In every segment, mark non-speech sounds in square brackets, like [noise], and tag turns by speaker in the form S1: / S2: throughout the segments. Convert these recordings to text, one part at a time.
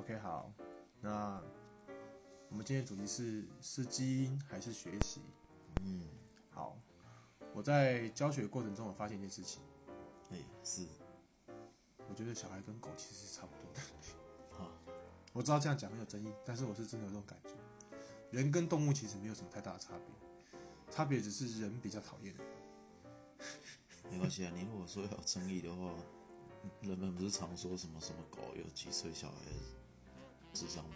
S1: OK，好，那我们今天的主题是是基因还是学习？
S2: 嗯，
S1: 好，我在教学过程中我发现一件事情，
S2: 哎、是
S1: 我觉得小孩跟狗其实是差不
S2: [laughs]
S1: 多的。
S2: 啊，
S1: 我知道这样讲很有争议，但是我是真的有这种感觉，人跟动物其实没有什么太大的差别，差别只是人比较讨厌人。
S2: 没关系啊。你如果说要有争议的话，人们不是常说什么什么狗有几岁小孩智商吗？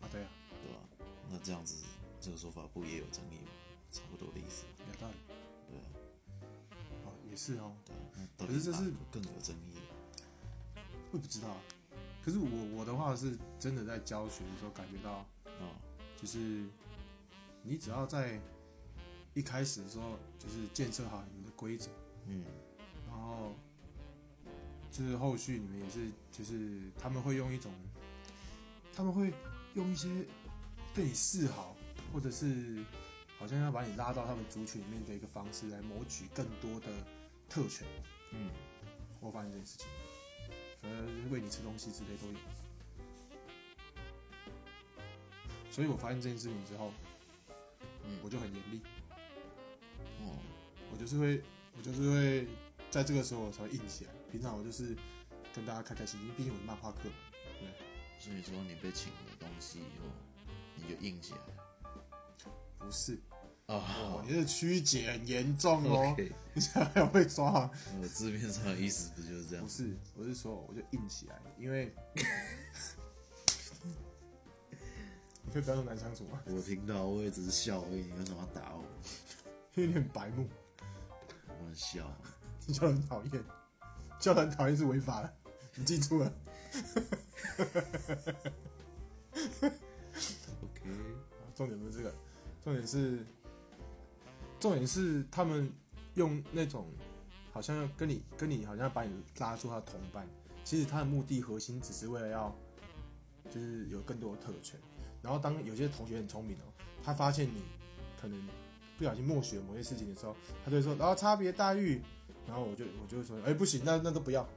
S1: 啊，对啊，
S2: 对吧、那这样子这个说法不也有争议吗？差不多的意思嘛，
S1: 有道理。
S2: 对啊，
S1: 哦，也是哦，
S2: 对啊。那到
S1: 可是
S2: 底
S1: 这
S2: 哪
S1: 是
S2: 个更有争议啊了？
S1: 我也不知道啊。可是我我的话是真的在教学的时候感觉到，
S2: 啊，
S1: 就是你只要在一开始的时候，就是建设好你们的规则，
S2: 嗯，
S1: 然后就是后续你们也是，就是他们会用一种，他们会用一些对你示好，或者是好像要把你拉到他们族群里面的一个方式来谋取更多的特权。
S2: 嗯，
S1: 我发现这件事情，反正喂你吃东西之类都有。所以我发现这件事情之后，
S2: 嗯
S1: 我就很严厉，
S2: 哦，
S1: 我就是会，我就是会在这个时候我才会硬起来。平常我就是跟大家开开心心，毕竟我是漫画课嘛，对不对？
S2: 所以说你被请了东西以后，你就硬起来了
S1: 不是，我
S2: 啊。
S1: 你的曲解很严重哦
S2: OK，
S1: [laughs] 你现在要被抓。
S2: 那我字面上的意思不就是这样
S1: 啊不？是，我是说我就硬起来，因
S2: [laughs]
S1: 为你可以不要那么难相处吗？
S2: 我听到我也只是笑而已，你为什么要打我？
S1: 因为你很白目。
S2: 我很笑。
S1: 你叫人讨厌，叫人讨厌是违法的，你记住了。
S2: OK，
S1: 重点不是这个，重点是，重点是他们用那种好像要跟你跟你好像要把你拉出他的同伴，其实他的目的核心只是为了要，就是有更多的特权。然后当有些同学很聪明哦，他发现你可能不小心默许了某些事情的时候，他就会说，然、后差别待遇，然后我就我就会说，哎、不行，那那都不要，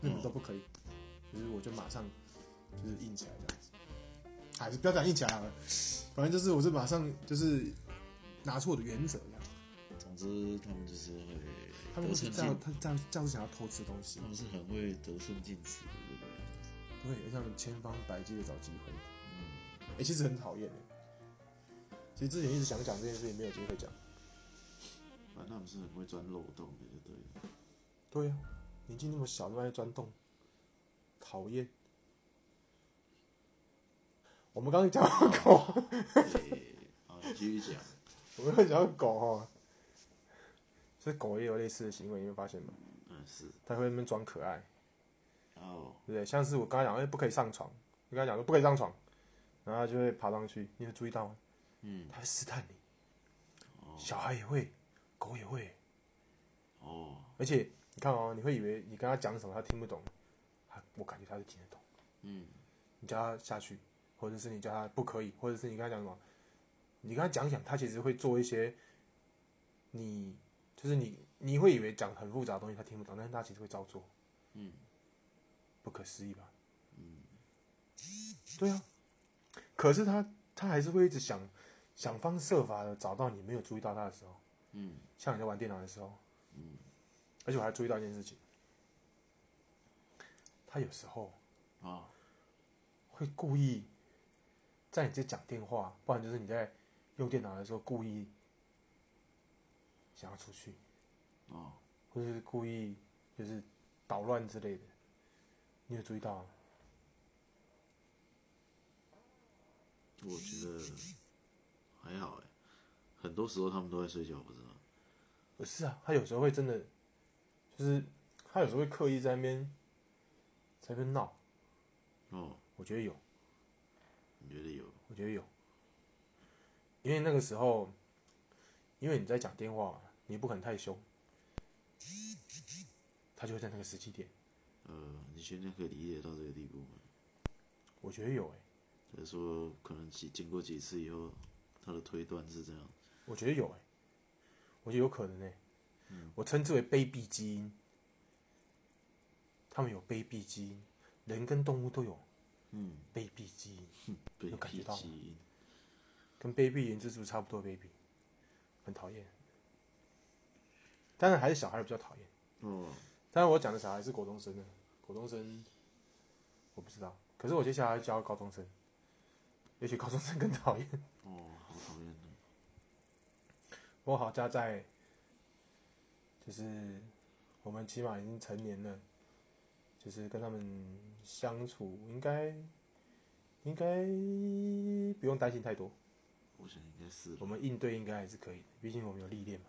S1: 那你们都不可以，就是我就马上就是硬起来这样子，还是不要讲硬起来好了。反正就是我是马上就是拿出我的原则这样。
S2: 总之他们就是会
S1: 他们
S2: 得
S1: 就是
S2: 寸
S1: 这样嗯
S2: 进，，
S1: 他这样这样是想要偷吃东西
S2: 他，们是很会得寸进尺的，对不对？
S1: 对，而且他们千方百计的找机会。
S2: 嗯，
S1: 哎、其实很讨厌哎。其实之前一直想讲这件事情，没有机会讲。
S2: 反正他们是很会钻漏洞的，就对了。
S1: 对呀、年纪那么小，那爱钻洞，讨厌。我们刚刚讲 [laughs] 到狗，
S2: 对，好，你继续讲。
S1: 我们刚刚讲到狗哦，所以狗也有类似的行为，你会发现吗？
S2: 嗯，是。
S1: 它会在那边装可爱，
S2: 然后
S1: 对不对？像是我刚才讲，哎、不可以上床，我跟他讲说不可以上床，然后他就会爬上去，你有注意到吗？
S2: 嗯，
S1: 他会试探你，
S2: 哦
S1: 小孩也会，狗也会，
S2: 哦，
S1: 而且你看哦，你会以为你跟他讲什么他听不懂，他我感觉他是听得懂。
S2: 嗯，
S1: 你叫他下去，或者是你叫他不可以，或者是你跟他讲什么，你跟他讲讲，他其实会做一些你就是你你会以为讲很复杂的东西他听不懂，但是他其实会照做，
S2: 嗯，
S1: 不可思议吧？嗯，对啊，可是他他还是会一直想想方设法的找到你没有注意到他的时候，
S2: 嗯，
S1: 像你在玩电脑的时候，嗯，而且我还注意到一件事情，他有时候。
S2: 啊，
S1: 会故意在你这讲电话，不然就是你在用电脑的时候故意想要出去，
S2: 哦，
S1: 或者是故意就是捣乱之类的。你有注意到吗？
S2: 我觉得还好哎，很多时候他们都在睡觉，不是吗？
S1: 不是啊，他有时候会真的，就是他有时候会刻意在那边在那边闹。
S2: 哦，
S1: 我觉得有，
S2: 你觉得有？
S1: 我觉得有，因为那个时候，因为你在讲电话嘛，你不可能太凶，他就会在那个时机点。
S2: 呃，你现在可以理解到这个地步吗？
S1: 我觉得有诶、欸
S2: 所以说，可能几经过几次以后，他的推断是这样。
S1: 我觉得有哎、我觉得有可能哎、我称之为卑鄙基因。他们有卑鄙基因，人跟动物都有，
S2: 嗯，
S1: 卑鄙基因，
S2: 对，
S1: 有感觉到吗
S2: 基因，
S1: 跟卑鄙炎蜘蛛差不多卑鄙，很讨厌。当然还是小孩比较讨厌。
S2: 哦，
S1: 当然我讲的小孩是国中生的，国中生我不知道，可是我接下来要教高中生，也许高中生更讨厌。 [laughs]
S2: 哦，好讨厌的，
S1: 我好家在，就是我们起码已经成年了，就是跟他们相处应该应该不用担心太多，
S2: 我想应该是吧
S1: 我们应对应该还是可以的，毕竟我们有历练嘛。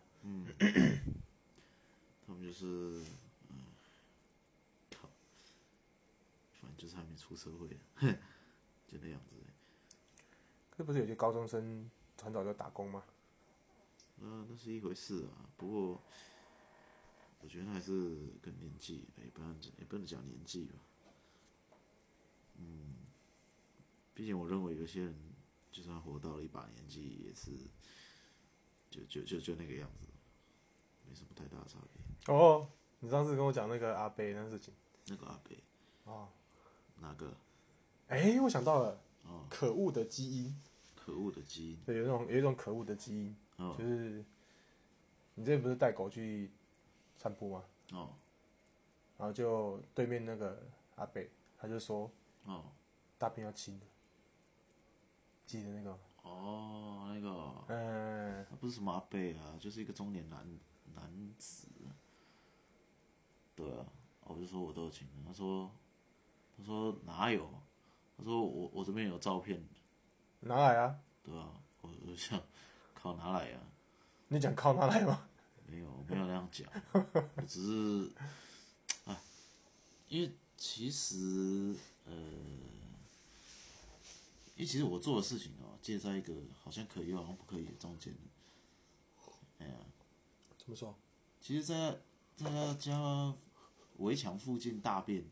S2: 他们就是，嗯，靠，反正就是还没出社会，啊哼，就那样子。
S1: 可是不是有些高中生很早就打工吗？
S2: 那那是一回事啊，不过我觉得还是跟年纪，也不能也不能讲年纪吧，嗯，毕竟我认为有些人就算活到了一把年纪，也是就就就就那个样子，没什么太大的差别。
S1: 哦，你上次跟我讲那个阿贝那事情
S2: 那个阿北，
S1: 哦，
S2: 哪个？
S1: 哎，我想到了，
S2: 哦，
S1: 可恶的基因，
S2: 可恶的基因，
S1: 对，有一种有一种可恶的基因，
S2: 哦
S1: 就是你这不是带狗去散步吗？
S2: 哦
S1: 然后就对面那个阿北，他就说
S2: 哦
S1: 大便要亲的，记得那个吗，
S2: 哦，那个哦
S1: 嗯，
S2: 他不是什么阿贝啊，就是一个中年男男子。对啊，我就说我都有情人，他说，他说哪有？他说我我这边有照片，
S1: 拿来啊！
S2: 对啊，我我就想，靠哪来啊？
S1: 你讲靠拿来吗？
S2: 没有，我没有那
S1: [laughs]
S2: 样讲，我只是，哎，因为其实呃，因为其实我做的事情哦，介在一个好像可以又好像不可以的中间，哎呀、
S1: 怎么说？
S2: 其实在，在他家围墙附近大便，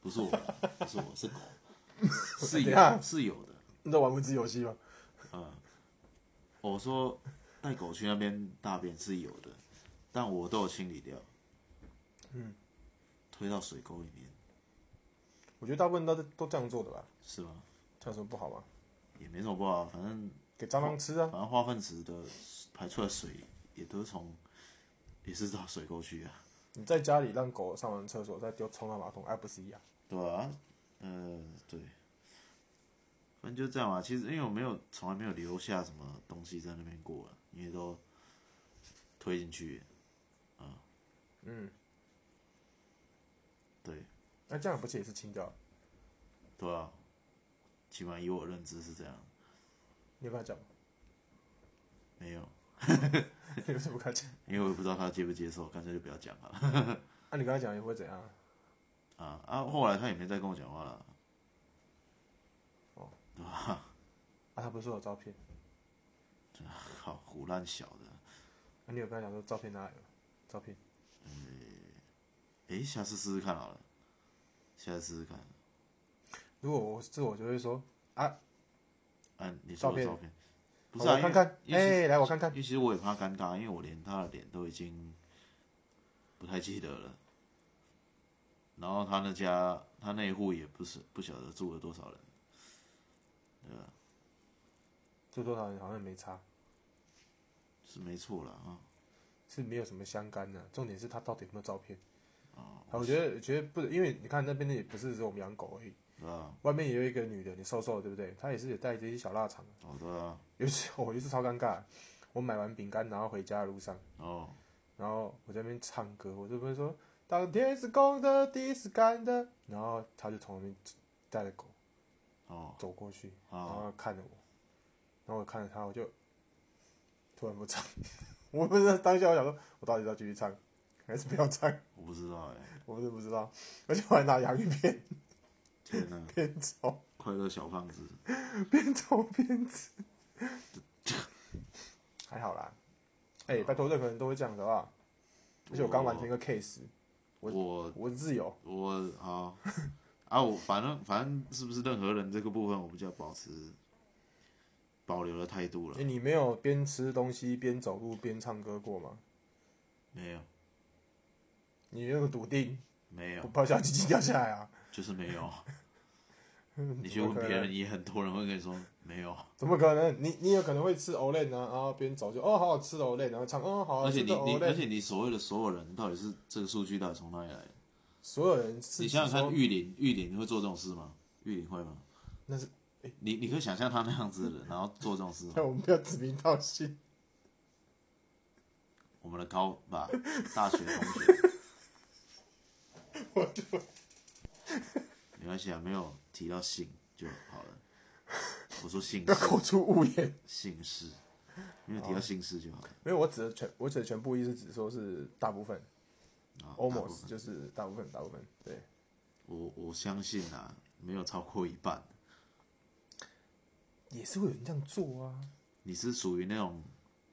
S2: 不是我的，不是我，
S1: [laughs]
S2: 是狗，是
S1: 等一下
S2: 有是有的。
S1: 你在玩文字游戏吗？
S2: 哦我说带狗去那边大便是有的，但我都有清理掉，
S1: 嗯，
S2: 推到水沟里面，
S1: 我觉得大部分都是都这样做的吧，
S2: 是吗？
S1: 这有什么不好吗？
S2: 也没什么不好，反正
S1: 给蟑螂吃啊
S2: 反！正化粪池的排出来的水也都是从，也是到水沟去啊。
S1: 你在家里让狗上完厕所再丢冲到马桶，哎，不是一样？
S2: 对啊，呃，对，反正就这样嘛。其实因为我没有从来没有留下什么东西在那边过了，因为都推进去，啊
S1: 嗯，
S2: 对，
S1: 那这样不是也是清掉？
S2: 对啊。起码以我认知是这样，
S1: 你有跟他讲吗？
S2: 没有，
S1: 你为什么不跟他讲？
S2: 因为我也不知道他接不接受，干脆就不要讲好了。 [laughs]
S1: 那、你跟他讲也不会怎样啊？
S2: 啊啊！后来他也没再跟我讲话了，
S1: 啊他不是说有照片？
S2: [laughs] 靠，胡乱小的。
S1: 啊，你有跟他讲说照片哪里吗？照片？
S2: 诶，下次试试看好了，下次试试看。
S1: 如果我是我就会说，
S2: 嗯、你说的
S1: 照
S2: 照
S1: 片
S2: 片，不
S1: 好
S2: 是啊？
S1: 我看
S2: 因为
S1: 看，
S2: 因
S1: 哎、
S2: 为其实
S1: 来我看看
S2: 因。为其实我也怕尴尬，因为我连他的脸都已经不太记得了。然后他那家，他那一户也不是不晓得住了多少人，
S1: 做多少人好像没差，
S2: 是没错了啊。
S1: 是没有什么相干的、重点是他到底有没有照片。
S2: 哦
S1: 啊，我觉得，我觉得不，因为你看那边的也不是只有我们养狗而已，
S2: 对啊，
S1: 外面也有一个女的，你瘦瘦的，对不对？她也是有带这些小腊肠。
S2: 哦对啊，
S1: 有一次， [laughs] 我有一次超尴尬，我买完饼干，然后回家的路上，
S2: 哦
S1: 然后我在那边唱歌，我这边说当天是公的，地是干的，然后她就从那边带着狗
S2: 哦
S1: 走过去，然
S2: 啊，
S1: 后看着我，然后我看着她，我就突然不唱， [laughs] 我不知道当下我想说，我到底要继续唱还是不要唱？ [laughs]
S2: 我不知道哎、
S1: 我是不知道，而且我还拿洋芋片
S2: 天哪，
S1: 边走
S2: 快乐小胖子，
S1: 边走边吃， [laughs] 还好啦。
S2: 啊
S1: 哎、拜托，任何人都会这样的啊！而且我刚完
S2: 哦
S1: 成一个 case，
S2: 我我
S1: 我自由，
S2: 我好啊，我反正反正是不是任何人这个部分，我比较保持保留的态度
S1: 哎、
S2: 了，
S1: 你没有边吃东西边走路边唱歌过吗？
S2: 没有
S1: 你那个笃定
S2: 没
S1: 不
S2: 有，
S1: 怕小鸡鸡掉下来啊？ [laughs]
S2: 就是没有。你去问别人，也很多人会跟你说没有，
S1: 怎么可能？你你有可能会吃 o l a y 呢，然后别人早就哦好好吃的 o l a y 然后唱哦好好
S2: 而且
S1: 吃
S2: 你
S1: 的 o
S2: 你
S1: l
S2: 而
S1: a y
S2: 且你所谓的所有人到底是这个数据到底从哪里来的？
S1: 所有人吃
S2: 你
S1: 鸡
S2: 想想看，
S1: 说
S2: 玉林玉林会做这种事吗？玉林会吗？
S1: 那是
S2: 你你可以想象他那样子的人，然后做这种事吗？
S1: [laughs] 但我们不要指名道姓，
S2: 我们的高吧，大学同学，
S1: 我就
S2: 没关系啊，没有提到姓就好 [laughs] 了。我说姓
S1: 不要口
S2: 氏，
S1: 出恶言。
S2: 姓氏，没有提到姓氏就好了。
S1: 没有，我指的全，我指的全部意思只说是大部分
S2: 啊大部
S1: ，almost
S2: 分
S1: 就是大部分，大部分对。
S2: 我我相信啊，没有超过一半。
S1: 也是会有人这样做啊。
S2: 你是属于那种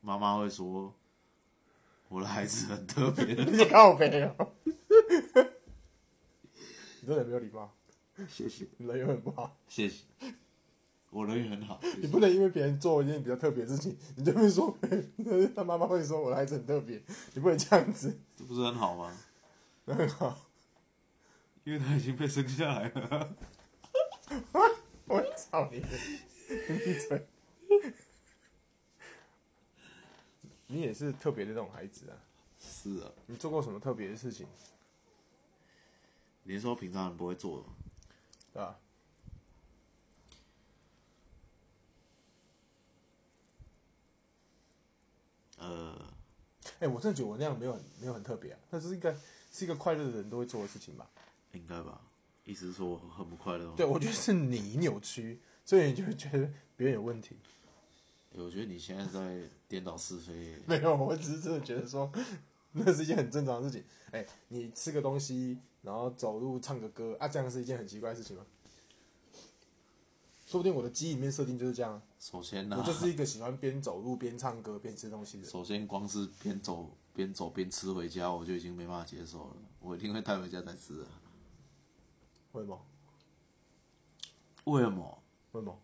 S2: 妈妈会说，我的孩子很特别的。
S1: 你靠北哦，你真的很没有礼貌，
S2: [laughs] 谢谢
S1: 你人又很不好，
S2: 谢谢，我人缘很好。谢
S1: 你
S2: 谢
S1: 不能因为别人做一件比较特别的事情，你就会说他妈妈会说我的孩子很特别，你不能这样子，
S2: 这不是很好吗？
S1: 那很好。
S2: 因为他已经被生下来了。
S1: [laughs] 我操你！你闭嘴！你也是特别的那种孩子啊！
S2: 是啊，
S1: 你做过什么特别的事情，
S2: 你是说平常人不会做的，
S1: 对吧？
S2: 呃，
S1: 哎、我真的觉得我那样没有很没有很特别啊，那是一个是一个快乐的人都会做的事情吧？
S2: 应该吧？意思是说我很不快乐吗？
S1: 对，我觉得是你扭曲，所以你就会觉得别人有问题。 [laughs]
S2: 欸我觉得你现在在颠倒是非。
S1: 没有，我只是真的觉得说， [laughs] 那是一件很正常的事情。哎、你吃个东西，然后走路唱个歌啊，这样是一件很奇怪的事情吗？说不定我的基因里面设定就是这样啊，
S2: 首先呢、
S1: 我就是 [laughs] 一个喜欢边走路边唱歌边吃东西的人。
S2: 首先光是边走边走边吃回家，我就已经没办法接受了。我一定会带回家再吃的。
S1: 为毛？
S2: 为什么？
S1: 为毛？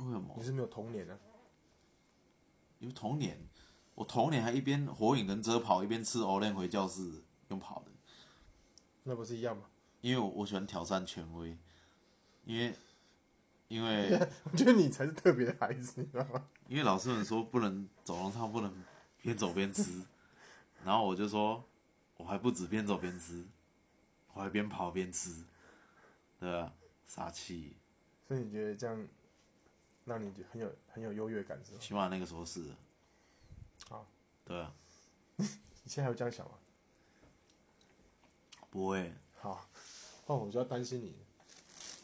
S2: 为什么
S1: 你？是没有童年啊？
S2: 因为童年，我童年还一边火影忍者跑一边吃 o l e n 回教室用跑的，
S1: 那不是一样吗？ [laughs]
S2: 因为我我喜欢挑战权威，因为因为
S1: 我觉得你才是特别的孩子，你知道吗？
S2: 因为老师们说不能走廊上不能边走边吃， [laughs] 然后我就说，我还不止边走边吃，我还边跑边吃，对吧？傻气，
S1: [laughs] 所以你觉得这样让你觉得很有很有优越感是吗？
S2: 起码那个时候是。
S1: 好，
S2: 对啊，
S1: 你现在还有这样想吗？
S2: 不会，
S1: 好，那我就要担心你，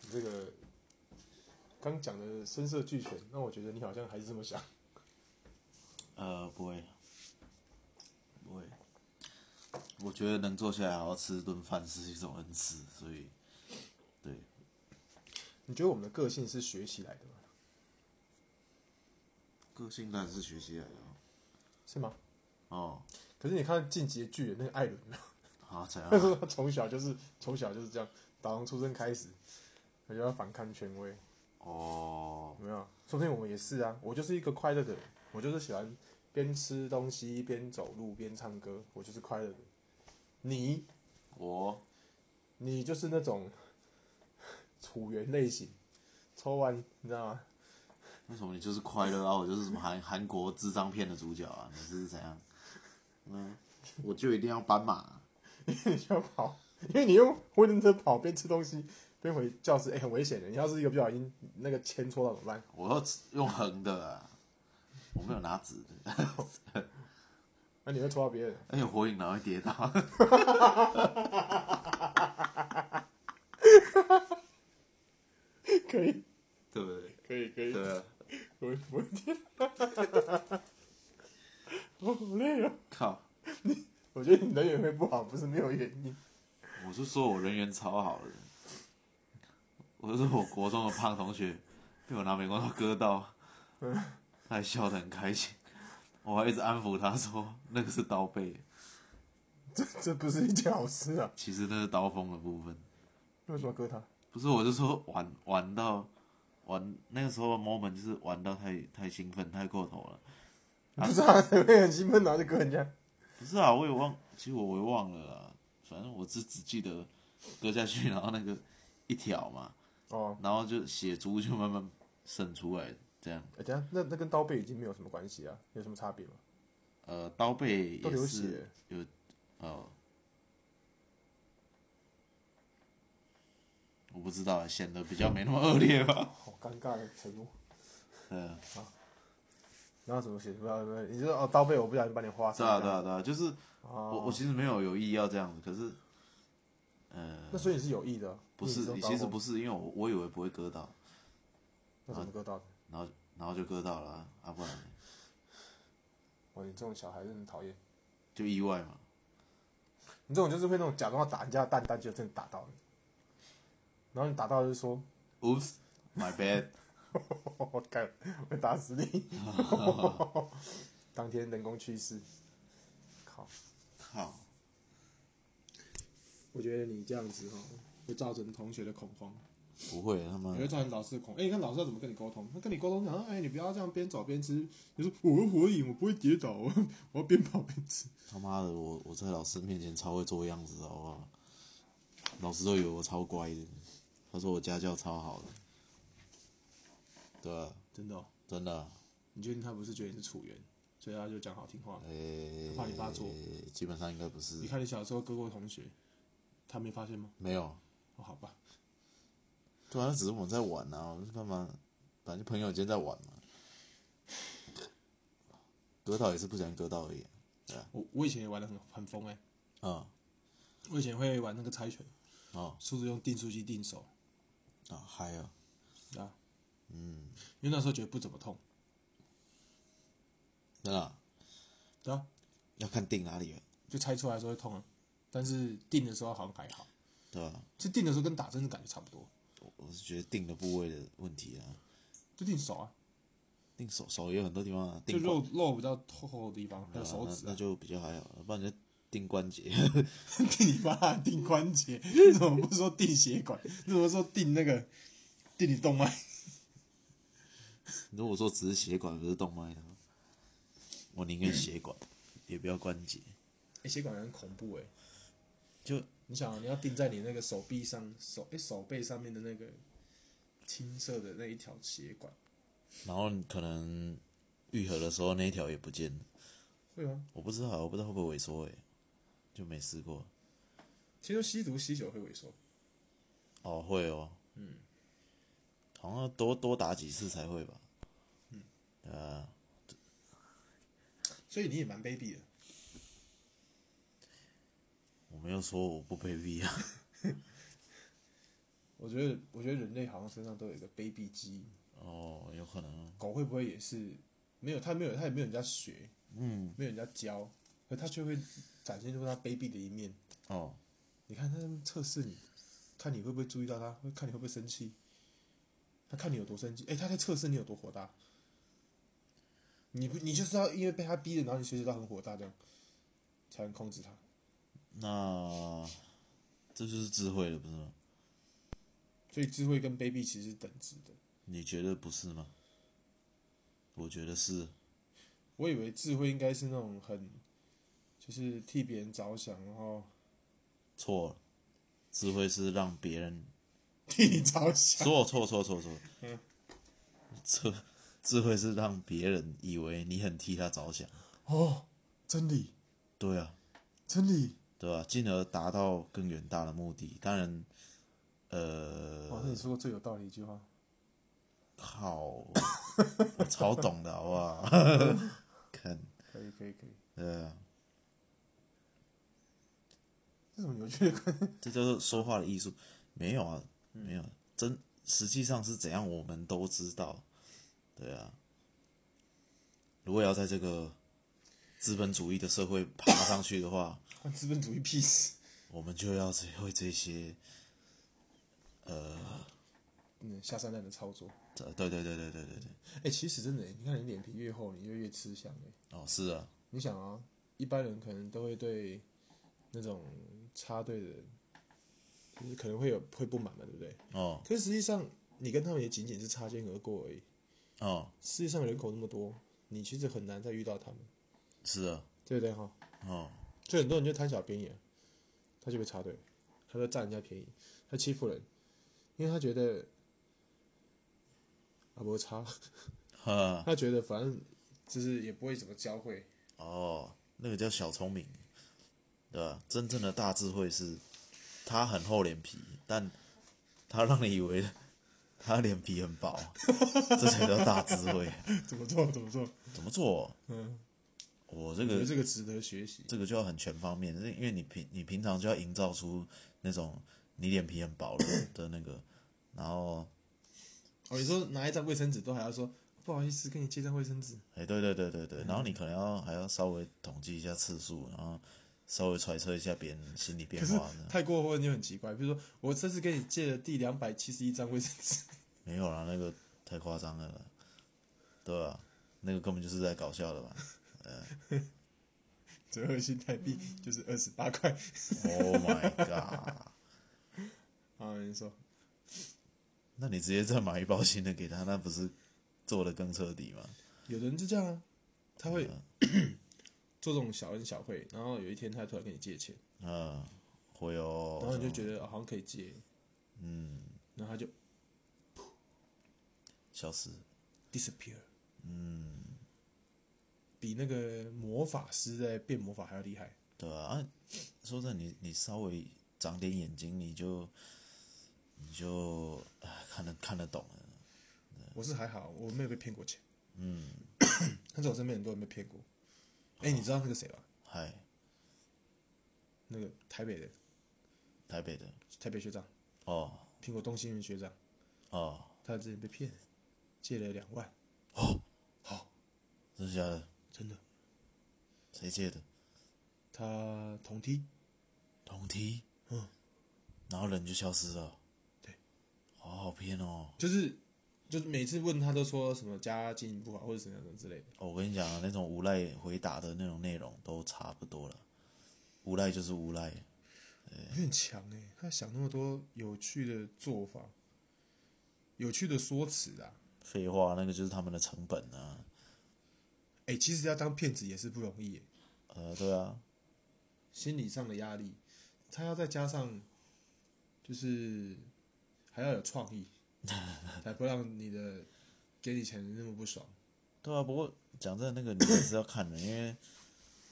S1: 你这个刚讲的声色俱全，那我觉得你好像还是这么想。
S2: 呃，不会，不会。我觉得能坐下来好好吃顿饭是一种恩赐，所以，对，
S1: 你觉得我们的个性是学习来的吗？
S2: 个性当然是学习来的啊
S1: 是吗？
S2: 哦。
S1: 可是你看晋级的巨人那个艾伦，
S2: 好，怎样
S1: 他？说他 [laughs] 从小就是从小就是这样，打从出生开始，他就要反抗权威，
S2: 哦，
S1: 有没有？说不定我们也是啊，我就是一个快乐的人，我就是喜欢边吃东西边走路边唱歌，我就是快乐的人。你
S2: 我
S1: 你就是那种 [laughs] 楚原类型，抽完你知道吗？
S2: 为什么你就是快乐啊？我就是什么韩韩国智障片的主角啊？你是怎样？嗯，我就一定要斑马。
S1: 你就要跑，因为你用回轮车跑，边吃东西边回教室，哎、很危险的。你要是一个不小心，那个铅戳到怎么办？
S2: 我要用横的、啊，我没有拿纸的。
S1: 那、你会戳到别人。
S2: 而且火影哪会跌倒？
S1: 可以，
S2: 对不对？
S1: 可以，可以，
S2: 对啊，
S1: 我我天，我好累啊！
S2: 靠！
S1: 我觉得你人缘会不好，不是没有原因。
S2: 我是说我人缘超好的，我是我国中的胖同学被我拿美工刀割到，他还笑得很开心，我还一直安抚他说那个是刀背，
S1: 这这不是一件好事啊！
S2: 其实那是刀锋的部分。
S1: 为什么要割他？
S2: 不是，我就说玩玩到玩那个时候的 moment 就是玩到太太兴奋太过头了。
S1: 不是啊，会很兴奋，然后就割人家。
S2: 不是啊，我也忘，其实我我也忘了啦。反正我只只记得割下去，然后那个一条嘛，
S1: 哦，
S2: 然后就血珠就慢慢渗出来，这样。
S1: 哎、等一下，那那跟刀背已经没有什么关系啊，有什么差别吗？
S2: 呃，刀背
S1: 都
S2: 也
S1: 流
S2: 是
S1: 血，
S2: 呃，我不知道，啊显得比较没那么恶劣 [laughs] 吧。
S1: 好尴尬的程度。啊
S2: 嗯，
S1: 然后怎么写？不知道，不知道你就说哦，刀背我不小心把你划
S2: 对
S1: 伤。
S2: 啊，
S1: 这
S2: 对
S1: 样
S2: 啊，对啊，就是我我
S1: 哦，
S2: 其实没有有意要这样子，可是，呃，
S1: 那所以你是有意的，啊
S2: 不是，
S1: 你
S2: 你其实
S1: 是用刀
S2: 不是，因为我我以为不会割到，
S1: 吗那怎么割到的？
S2: 然后然后就割到了啊，啊不然呢
S1: 哦哇，你这种小孩真的很讨厌。
S2: 就意外嘛。
S1: 你这种就是会那种假装要打人家的蛋，但就真的打到了。然后你打到就是说， [laughs]
S2: Oops，my bad，
S1: 我干，会打死你。 [laughs] 当天人工去世。靠，
S2: 靠，
S1: 我觉得你这样子哦，会造成同学的恐慌，
S2: 不会他妈
S1: 也会造成老师的恐。哎、你看老师要怎么跟你沟通？他跟你沟通讲，哎、你不要这样边走边吃。你说我会火影，我不会跌倒，我我要边跑边吃。
S2: 他妈的，我我在老师面前超会做样子的，好不好？老师都以为我超乖的，他说我家教超好的，对啊，
S1: 真的、哦，
S2: 真的啊，
S1: 你确定他不是觉得你是楚原，所以他就讲好听话吗？
S2: 诶、
S1: 怕你发作
S2: 基本上应该不是
S1: 你，看你小时候割过同学，他没发现吗？
S2: 没有，
S1: 哦，好吧，
S2: 对啊，那只是我们在玩啊，我们干嘛？反正朋友间在玩嘛，割到也是不小心割到而已啊，
S1: 我我以前也玩的很很疯哎、
S2: 嗯，
S1: 我以前会玩那个猜拳，
S2: 哦
S1: 速度用订书机订手
S2: 啊，嗨啊，
S1: 啊，嗯，因为那时候觉得不怎么痛，
S2: 真的啊
S1: 对啊，
S2: 要看定哪里了，
S1: 就猜出来的时候会痛啊，但是定的时候好像还好，
S2: 对吧、啊？
S1: 就定的时候跟打针的感觉差不多，
S2: 我我是觉得定的部位的问题啊，
S1: 就定手啊，
S2: 定手手也有很多地方啊，
S1: 就
S2: 定
S1: 肉
S2: 关
S1: 肉比较厚的地方，还有
S2: 啊
S1: 手
S2: 那
S1: 指
S2: 那
S1: 啊，
S2: 就比较还好，不然就定关节， [laughs]
S1: [laughs] 定你妈定关节， [laughs] 你怎么不说定血管？你怎么说定那个定你动脉？
S2: 如果说只是血管不是动脉的话，我宁愿血管，也不要关节，
S1: 欸，血管很恐怖哎、
S2: 就
S1: 你想啊，你要钉在你那个手臂上、手哎、手背上面的那个青色的那一条血管，
S2: 然后你可能愈合的时候那一条也不见了。
S1: 会吗？
S2: 我不知道，我不知道会不会萎缩诶、欸就没试过。
S1: 其实吸毒、吸酒会萎缩，
S2: 哦，会哦，嗯，好像要多多打几次才会吧。嗯，呃，
S1: 所以你也蛮卑鄙的。
S2: 我没有说我不卑鄙啊，
S1: 我觉得，我觉得人类好像身上都有一个卑鄙基因。
S2: [laughs] 哦，有可能啊，
S1: 狗会不会也是没有？它没有，它也没有人家学，
S2: 嗯，
S1: 没有人家教，可它却会展现出它卑鄙的一面。
S2: 哦，
S1: 你看它在那边测试你，看你会不会注意到它，会看你会不会生气，它看你有多生气。哎、它在测试你有多火大。你不，你就是要因为被它逼的，然后你学习到很火大，这样才能控制它。
S2: 那这就是智慧了，不是吗？
S1: 所以智慧跟卑鄙其实是等值的。
S2: 你觉得不是吗？我觉得是，
S1: 我以为智慧应该是那种很，就是替别人着想，然后 [laughs]
S2: 错了，智慧是让别 [laughs] 人
S1: 替你着想。
S2: 错错错错错， [laughs] 智智慧是让别人以为你很替他着想，
S1: 哦，真理，
S2: 对啊，
S1: 真理。
S2: 对吧、进而达到更远大的目的。当然，
S1: 哇，
S2: 呃，
S1: 哦那你说过最有道理一句话。
S2: 靠，我超懂的好不好？ [laughs] 看，
S1: 可以，可以，可以。
S2: 对啊，
S1: 这种有趣的 [laughs] 观
S2: 这就是说话的艺术。没有啊，没有，真实际上是怎样，我们都知道。对啊，如果要在这个资本主义的社会爬上去的话，
S1: 关资本主义屁事。
S2: 我们就要学会这些。
S1: 嗯，下三滥的操作。
S2: 这对对对对对对对，
S1: 哎、其实真的、你看你脸皮越厚，你就越吃香哎、
S2: 哦，是啊，
S1: 你想啊，一般人可能都会对那种插队的人，就是可能会有会不满嘛，对不对？
S2: 哦
S1: 可是实际上，你跟他们也仅仅是擦肩而过而已。
S2: 哦，
S1: 世界上人口那么多，你其实很难再遇到他们，
S2: 是啊，
S1: 对不对哈？
S2: 哦， [laughs]
S1: 所以很多人就贪小便宜啊，他就被插队，他就占人家便宜，他欺负人，因为他觉得啊不差，
S2: 呵，
S1: 他觉得反正就是也不会怎么教会， [laughs]
S2: 哦，那个叫小聪明，对吧？真正的大智慧是，他很厚脸皮，但他让你以为 [laughs] 他脸皮很
S1: [laughs]
S2: 薄，这才叫大智慧。
S1: 怎么做怎么做，
S2: 怎么做？
S1: 嗯，
S2: 我这
S1: 我觉
S2: 个
S1: 得这个值得学习。
S2: 这个就要很全方面，因为你平你平常就要营造出那种你脸皮很薄的的那个，然后
S1: 哦，你说拿一张卫生纸都还要说不好意思，跟你借张卫生纸，
S2: 哎，对对对对
S1: 嗯
S2: 对，然后你可能要还要稍微统计一下次数，然后稍微揣测一下别人心理变
S1: 可是
S2: 化呢。
S1: 太过分就很奇怪。比如说我这次跟你借了第两百七十一张卫生纸，
S2: 没有啦，那个太夸张了啦，对吧、那个根本就是在搞笑的吧
S1: 折合新台币就是二十八块。
S2: ？Oh my god！ [laughs]
S1: 啊，你说
S2: 那你直接再买一包新的给他，那不是做的更彻底吗？
S1: 有的人就这样啊，他会
S2: 嗯
S1: 做这种小恩小惠，然后有一天他突然跟你借钱，
S2: 嗯，会哦。
S1: 然后你就觉得、哦好像可以借，
S2: 嗯，
S1: 然后他就
S2: 消失。
S1: disappear，
S2: 嗯，
S1: 比那个魔法师在变魔法还要厉害。
S2: 对啊。啊说真的，你你稍微长点眼睛，你就你就哎看得看得懂了。
S1: 我是还好，我没有被骗过钱，
S2: 嗯，
S1: [coughs]
S2: 哦
S1: 但是我身边很多人被骗过。哎、你知道那个谁吧？
S2: 嗨，
S1: 那个台北的
S2: 台北的
S1: 台北学长，
S2: 哦
S1: 苹果东新云学长，
S2: 哦，
S1: 他之前被骗，借了两万，
S2: 真的假的？
S1: 真的，
S2: 谁借的？
S1: 他同梯，
S2: 同梯，
S1: 嗯，
S2: 然后人就消失了。
S1: 对，
S2: 好好骗哦！
S1: 就是就是每次问他都说什么家境不好或者什么什么之类的，
S2: 哦我跟你讲啊，那种无赖回答的那种内容都差不多了。无赖就是无赖，
S1: 有点强哎、他想那么多有趣的做法，有趣的说辞啊，
S2: 废话，那个就是他们的成本啊。
S1: 哎、其实要当骗子也是不容易、欸，
S2: 呃，对啊，
S1: 心理上的压力，他要再加上就是还要有创意，才不会让你的给你钱的人那么不爽。
S2: 对啊。不过讲真的，那个你还是要看的，因为，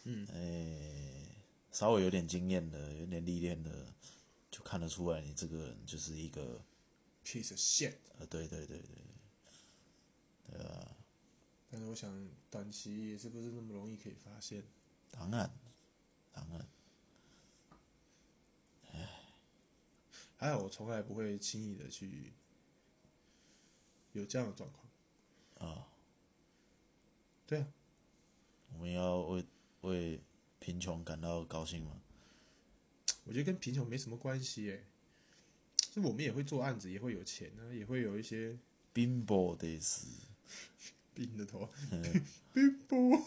S1: 嗯，
S2: 哎、稍微有点经验的，有点历练的，就看得出来你这个人就是一个，
S1: piece of shit。
S2: 呃，对对对对，对啊，
S1: 但是我想，短期也是不是那么容易可以发现。
S2: 当然，当然，
S1: 还好我从来不会轻易的去有这样的状况。
S2: 啊，
S1: 对啊，
S2: 我们要为为贫穷感到高兴吗？
S1: 我觉得跟贫穷没什么关系诶、就我们也会做案子，也会有钱啊，也会有一些
S2: 冰雹的是，
S1: 病的
S2: [laughs]
S1: 头，冰波。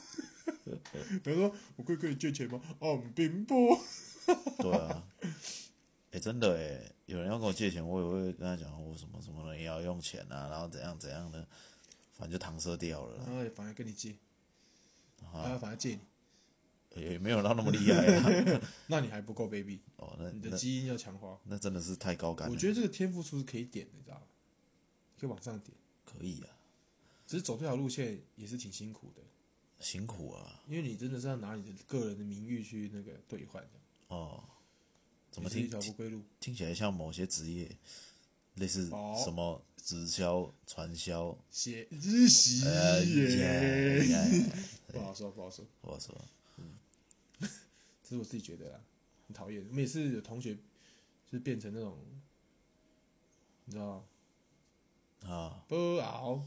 S1: [laughs] 他说：“我可以跟你借钱吗？”哦，冰波。
S2: 对啊， [laughs] 哎、真的哎、有人要跟我借钱，我也会跟他讲我什么什么的也要用钱啊，然后怎样怎样的，反正就搪塞掉了
S1: 然
S2: 啦，
S1: 后也反而跟你借，
S2: 啊
S1: 然后反而借你，
S2: 也没有到那么厉害
S1: [laughs]
S2: 啊。
S1: 那你还不够卑鄙，
S2: 哦，那
S1: 你的
S2: 那
S1: 基因要强化。
S2: 那真的是太高干了，
S1: 我觉得这个天赋数是可以点的，你知道吗？可以往上点，
S2: 可以啊，
S1: 只是走这条路线也是挺辛苦的，
S2: 辛苦啊，
S1: 因为你真的是要拿你的个人的名誉去那个兑换的，
S2: 哦，怎么
S1: 也是一
S2: 听
S1: 条不归路？
S2: 听起来像某些职业，类似
S1: 哦
S2: 什么直销、传销，
S1: 写日习
S2: 呃，
S1: 耶，
S2: 耶
S1: 不好说，不好说，
S2: 我说，
S1: 这是我自己觉得啦，很讨厌。每次有同学就是变成那种，你知道吗？
S2: 啊，
S1: 不熬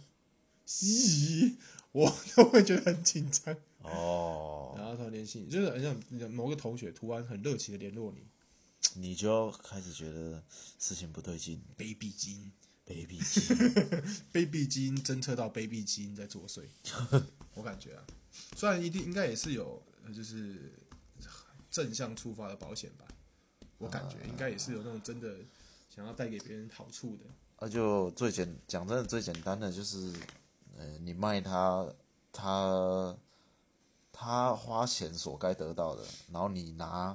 S1: 习，我都会觉得很紧张。
S2: 哦，
S1: 然后他联系你，就是很像你的某个同学突然很热情的联络你
S2: 你就要开始觉得事情不对劲
S1: ，baby 基因
S2: ，baby 机，
S1: ，baby 基因侦测到 baby 基因在作
S2: [laughs]
S1: 祟，我感觉啊，虽然一定应该也是有，呃就是正向触发的保险吧，我感
S2: 啊
S1: 觉应该也是有那种真的想要带给别人好处的，
S2: [laughs] 那就最简，讲真的最简单的就是，呃，你卖他，他，他花钱所该得到 [coughs] 的，然后你拿，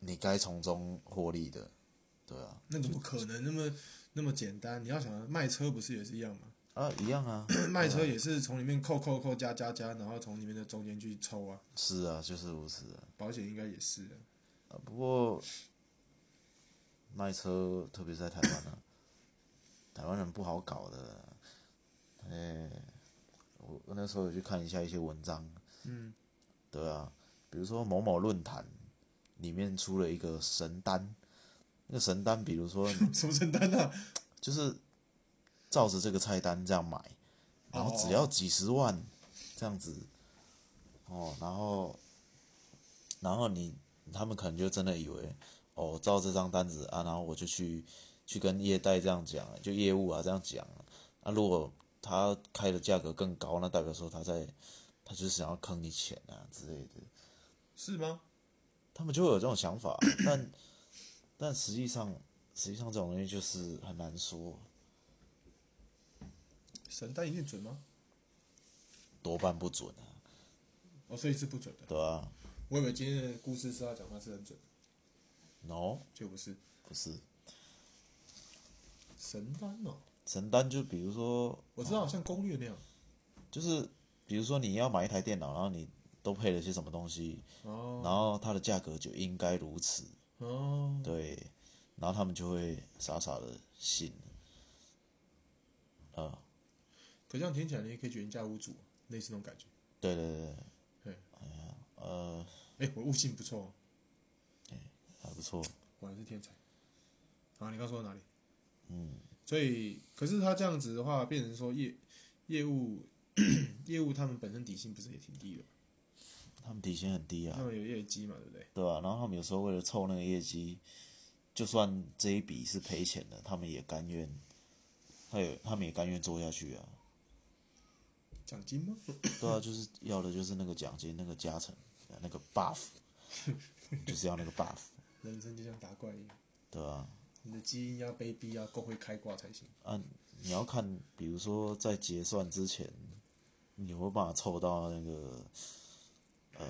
S2: 你该从中获利的，对对啊，
S1: 那怎么可能那么那么简单？你要想啊卖车不是也是一样
S2: [coughs]
S1: 吗？
S2: 啊，一样啊，
S1: 卖车也是从里面扣扣扣加加加，然后从里面的中间去抽啊。
S2: 是啊，就是如此啊。
S1: 保险应该也是啊， [laughs]
S2: 啊不过卖车，特别是在台湾啊，台湾人不好搞的。哎、我我那时候有去看一下一些文章，嗯，对啊，比如说某某论坛里面出了一个神单，那个神单，比如说
S1: 什么承担啊？
S2: 就是照着这个菜单这样买，然后只
S1: 哦
S2: 要几十万这样子，哦，然后然后你他们可能就真的以为哦，照这张单子啊，然后我就去去跟业代这样讲，就业务啊这样讲，啊，如果他开的价格更高，那代表说他在他就是想要坑你钱啊之类的，
S1: 是吗？
S2: 他们就会有这种想法，啊但但实际上实际上这种东西就是很难说。
S1: 神单一定准吗？
S2: 多半不准啊，
S1: 哦，所以是不准的。
S2: 对啊
S1: 我以为今天的故事是要讲话是很准，
S2: ，no，
S1: 就不是
S2: 不是
S1: 神单哦。
S2: 神单，就比如说，
S1: 我知道，像攻略那样。
S2: 就是比如说你要买一台电脑，然后你都配了些什么东西，
S1: 哦
S2: 然后它的价格就应该如此，
S1: 哦，
S2: 对，然后他们就会傻傻的信，啊、
S1: 可这样听起来你也可以卷家屋主，类似那种感觉。
S2: 对对对对
S1: 对，
S2: 哎呀，呃，
S1: 哎、我悟性不错、哦，
S2: 还不错，
S1: 果然是天才。好，你刚说到哪里？
S2: 嗯，
S1: 所以，可是他这样子的话，变成说业业务 [coughs] 业务他们本身底薪不是也挺低的，
S2: 他们底薪很低啊
S1: 他，们有业绩嘛，对不对？
S2: 对吧、然后他们有时候为了凑那个业绩，就算这一笔是赔钱的，他们也甘愿，他也他们也甘愿做下去啊。
S1: 奖金吗？ [coughs]
S2: 对啊，就是要的就是那个奖金、那个加成、那个 buff，就是要那个 buff，
S1: 人生就像打怪一样，
S2: 对啊吧、
S1: 你的基因要卑鄙要够会开挂才行。
S2: 啊？你要看，比如说在结算之前，你有没有办法凑到那个，呃，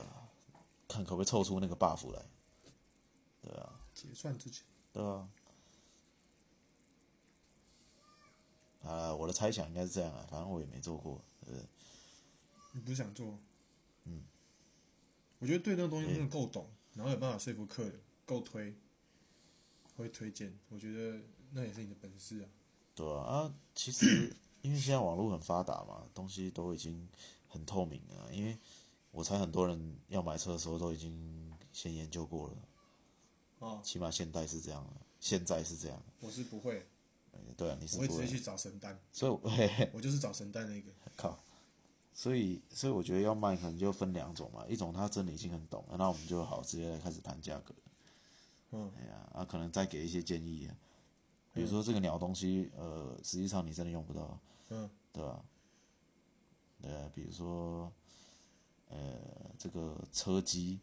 S2: 看可不可以凑出那个 buff 来，对啊，
S1: 结算之前，
S2: 对啊。啊，我的猜想应该是这样啊，反正我也没做过，对不对？
S1: 你不是想做？嗯，我觉得对那个东西
S2: 嗯
S1: 真的够懂，然后有办法说服客人，够推，会推荐，我觉得那也是你的本事啊。
S2: 对啊，啊，其实因为现在网络很发达嘛，东西都已经很透明了。因为我猜很多人要买车的时候都已经先研究过了，
S1: 哦，
S2: 起码现代是这样的，现在是这样的。
S1: 我是不会，
S2: 哎对啊，你是
S1: 我会
S2: 不
S1: 直
S2: 会
S1: 接，去找神丹，
S2: 所以我 [laughs] 嘿嘿
S1: 我就是找神丹那个。
S2: 靠，所以所以我觉得要卖可能就分两种嘛，一种他真的已经很懂了，那我们就好直接来开始谈价格。
S1: 嗯，
S2: 哎呀，啊，可能再给一些建议啊，比如说这个鸟东西，呃，实际上你真的用不到，
S1: 嗯，
S2: 对吧？呃，比如说，呃，这个车机，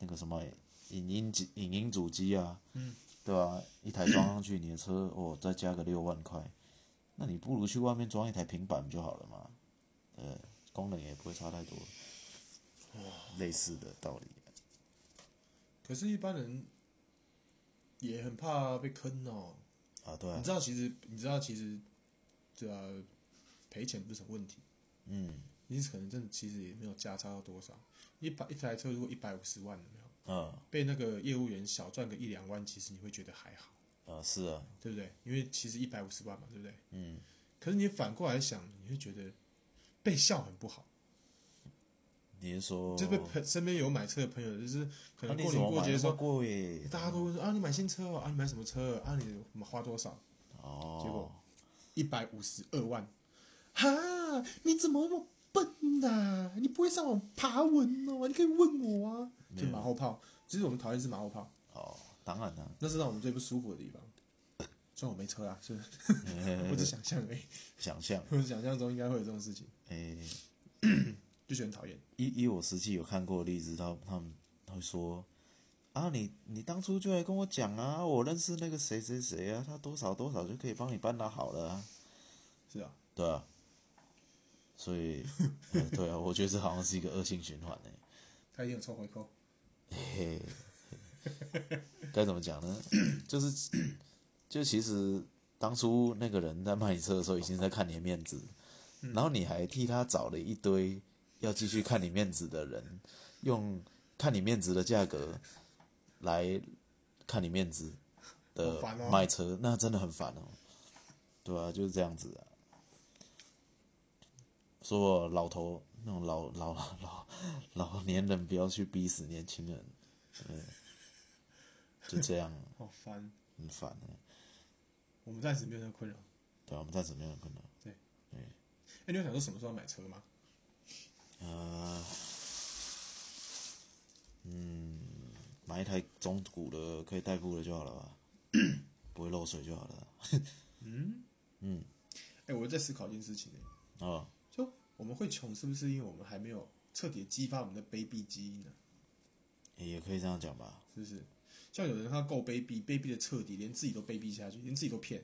S2: 那个什么影音机、影音主机啊，嗯，对吧？一台装上去，你的车哦，再加个六万块，那你不如去外面装一台平板不就好了嘛？呃，功能也不会差太多，类似的道理。
S1: 可是，一般人也很怕被坑哦。
S2: 啊，对啊
S1: 你知，道，其实你知道，其实对啊，赔钱不是什么问题。
S2: 嗯
S1: 你可能真的其实也没有价差到多少。一百一台车如果一百五十万有没有？
S2: 嗯
S1: 被那个业务员小赚个一两万，其实你会觉得还好，
S2: 呃，是啊，
S1: 对不对？因为其实一百五十万嘛，对不对？
S2: 嗯。
S1: 可是你反过来想，你会觉得被笑很不好。
S2: 你是说？
S1: 就被朋身边有买车的朋友，就是可
S2: 哦啊
S1: 能
S2: 你
S1: 过
S2: 怎
S1: 年
S2: 么
S1: 过
S2: 买
S1: 节
S2: 那
S1: 的时候
S2: 么，贵？
S1: 大家都会说啊，你买新车哦，啊，你买什么车啊？你花多少？
S2: 哦，
S1: 结果一百五十二万，哈，你怎么那么笨呐、你不会上网爬文哦？你可以问我啊。就马后炮，其实我们讨厌是马后炮，
S2: 哦，当然了，
S1: 那是让我们最不舒服的地方。虽然我没车啊，是我只想象而已，
S2: 想象，
S1: 我想象中应该会有这种事情，
S2: 诶、
S1: 就觉得很讨厌。
S2: 以以我实际有看过的例子，他他们他会说，啊，你你当初就来跟我讲啊，我认识那个谁谁谁啊，他多少多少就可以帮你办到好了、啊，
S1: 是啊，
S2: 对啊，所以、 [laughs] 呃对啊，我觉得这好像是一个恶性循环呢、
S1: 他一定有抽回扣。
S2: 欸嘿嘿，该怎么讲呢？就是，就其实当初那个人在卖你车的时候，已经在看你的面子，
S1: 嗯
S2: 然后你还替他找了一堆要继续看你面子的人，用看你面子的价格来看你面子的
S1: 好烦哦
S2: 卖车，那真的很烦哦。对啊，就是这样子啊。说老头那种老老老老年人不要去逼死年轻人，对，就这样啊
S1: 好烦。
S2: 很烦的。
S1: 我们暂时没有那个困扰。
S2: 对啊，我们暂时没有可能。
S1: 哎、你有想说什么时候要买车吗？
S2: 呃，嗯，买一台中古的可以代步的就好了吧，不会漏水就好了。
S1: 哎、我在思考一件事情、欸，
S2: 哦，
S1: 就我们会穷，是不是因为我们还没有彻底激发我们的卑鄙基因呢、
S2: 也也可以这样讲吧。
S1: 是不是？像有人他够卑鄙，卑鄙的彻底，连自己都卑鄙下去，连自己都骗，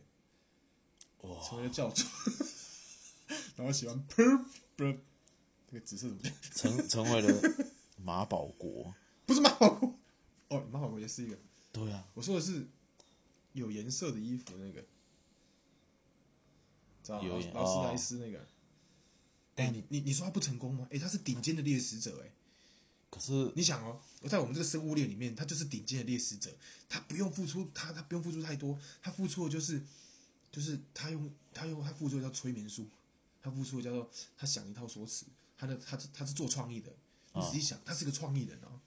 S2: 哇
S1: 成为了教主， [laughs] 然后喜欢 [laughs] per per 这个紫色怎么讲？
S2: 成成为了马保国。
S1: 不是马保国 [laughs] 哦，马保国也是一个。
S2: 对啊，
S1: 我说的是有颜色的衣服那个，知道吗
S2: 有颜
S1: 劳劳斯
S2: 哦
S1: 莱斯那个。哎、你你你说他不成功吗？哎、他是顶尖的猎食者、哎，
S2: 可是
S1: 你想哦，我在我们这个生物链里面，他就是顶尖的猎食者，他不用付出，他他不用付出太多，他付出的就是，就是他用他用他付出的叫催眠术，他付出的叫做他想一套说辞，他的他是他是做创意的，你
S2: 哦
S1: 仔细想，他是个创意人哦。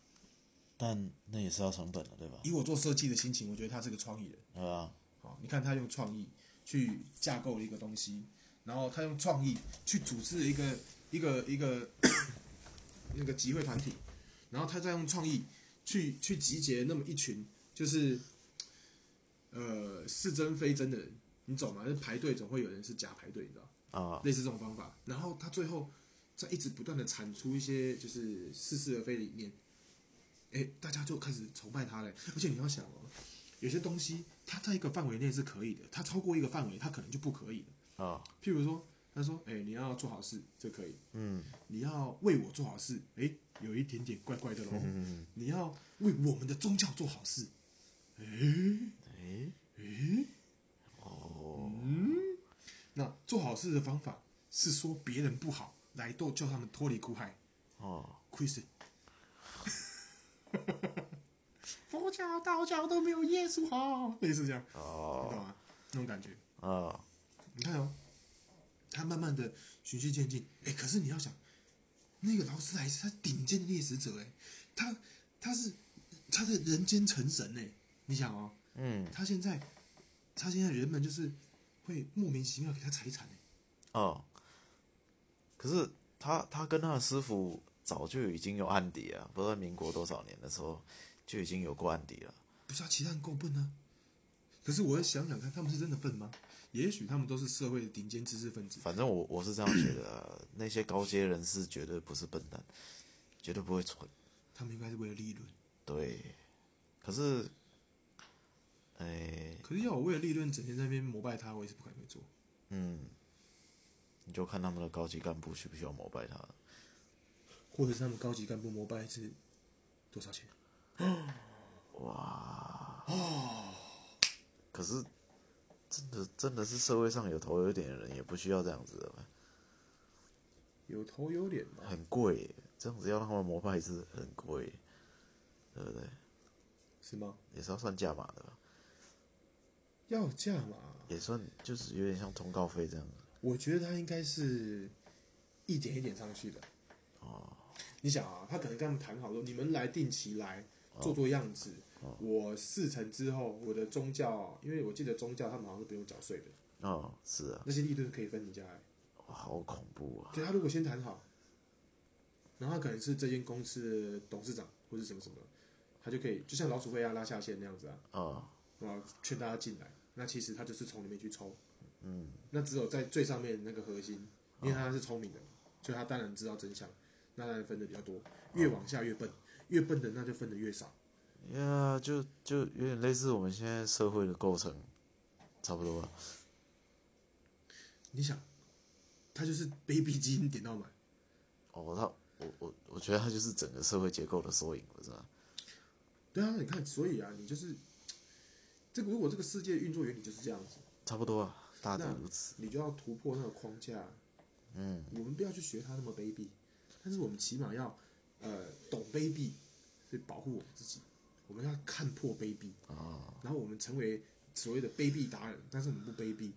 S2: 但那也是要成本的，对吧？
S1: 以我做设计的心情，我觉得他是个创意人。
S2: 对啊，
S1: 好，你看他用创意去架构了一个东西，然后他用创意去组织了一个一个一个那个集会团体，然后他再用创意去去集结那么一群就是呃是真非真的人，你懂吗？就是排队总会有人是假排队，你知道吗。
S2: 啊，
S1: 类似这种方法。然后他最后在一直不断的产出一些就是似是而非的理念，哎、大家就开始崇拜他了。而且你要想哦，有些东西它在一个范围内是可以的，它超过一个范围，它可能就不可以了。
S2: 啊，
S1: 譬如说，他说：“哎、你要做好事，这可以。嗯，你要为我做好事，哎、有一点点怪怪的喽。嗯你要为我们的宗教做好事，
S2: 诶，
S1: 那做好事的方法是说别人不好，来都叫他们脱离苦海。
S2: 哦，
S1: 亏损。佛教、道教都没有耶稣好，类似这样，你
S2: 哦，
S1: 懂吗？那种感觉。
S2: 啊，
S1: 你看哦，他慢慢的循序渐进。哎，可是你要想，那个劳斯莱斯他顶尖的猎食者，哎，他他是他是人间成神哎。你想哦，
S2: 嗯，
S1: 他现在他现在人们就是会莫名其妙给他财产哎。
S2: 哦，可是他他跟他的师傅早就已经有案底啊，不知道民国多少年的时候就已经有过案底了。
S1: 不是啊，其他人够笨啊。可是我要想想看，他们是真的笨吗？也许他们都是社会的顶尖知识分子。
S2: 反正我我是这样觉得啊、那些高阶人士绝对不是笨蛋，绝对不会蠢。
S1: 他们应该是为了利润。
S2: 对，可是，哎、
S1: 可是要我为了利润整天在那边膜拜他，我也是不可能会做。
S2: 你就看他们的高级干部需不需要膜拜他了。
S1: 或者是他们高级干部膜拜是多少钱？
S2: 可是，真的真的是社会上有头有脸的人也不需要这样子的吧，
S1: 有头有脸吧？
S2: 很贵耶，这样子要让他们膜拜是很贵耶，对不对？
S1: 是吗？
S2: 也是要算价码的吧，
S1: 要价嘛？
S2: 也算就是有点像通告费这样子。
S1: 我觉得他应该是一点一点上去的。哦你想啊，他可能跟他们谈好说，你们来定期来做做样子，我事成之后，我的宗教，因为我记得宗教他们好像是不用缴税的，
S2: 哦，是啊，
S1: 那些利润可以分你家来。
S2: 哇好恐怖啊！
S1: 对他如果先谈好，然后他可能是这间公司的董事长或是什么什么，他就可以就像老鼠会一样拉下线那样子啊，
S2: 哦，
S1: 然后劝大家进来。那其实他就是从里面去抽，嗯，那只有在最上面那个核心，因为他是聪明的，所以他当然知道真相，那当然分的比较多。越往下越笨，越笨的那就分的越少。
S2: 呀、就就有点类似我们现在社会的构成，差不多了。
S1: 你想，他就是卑鄙基因点到满，
S2: 哦，他我我我觉得他就是整个社会结构的缩影，不是吗？
S1: 对啊，你看，所以啊，你就是这个，如果这个世界运作原理就是这样子，
S2: 差不多啊，大致
S1: 那
S2: 如此。
S1: 你就要突破那个框架。
S2: 嗯，
S1: 我们不要去学他那么卑鄙，但是我们起码要呃懂卑鄙，所以保护我们自己。我们要看破卑鄙，
S2: 哦，
S1: 然后我们成为所谓的卑鄙达人，但是我们不卑鄙，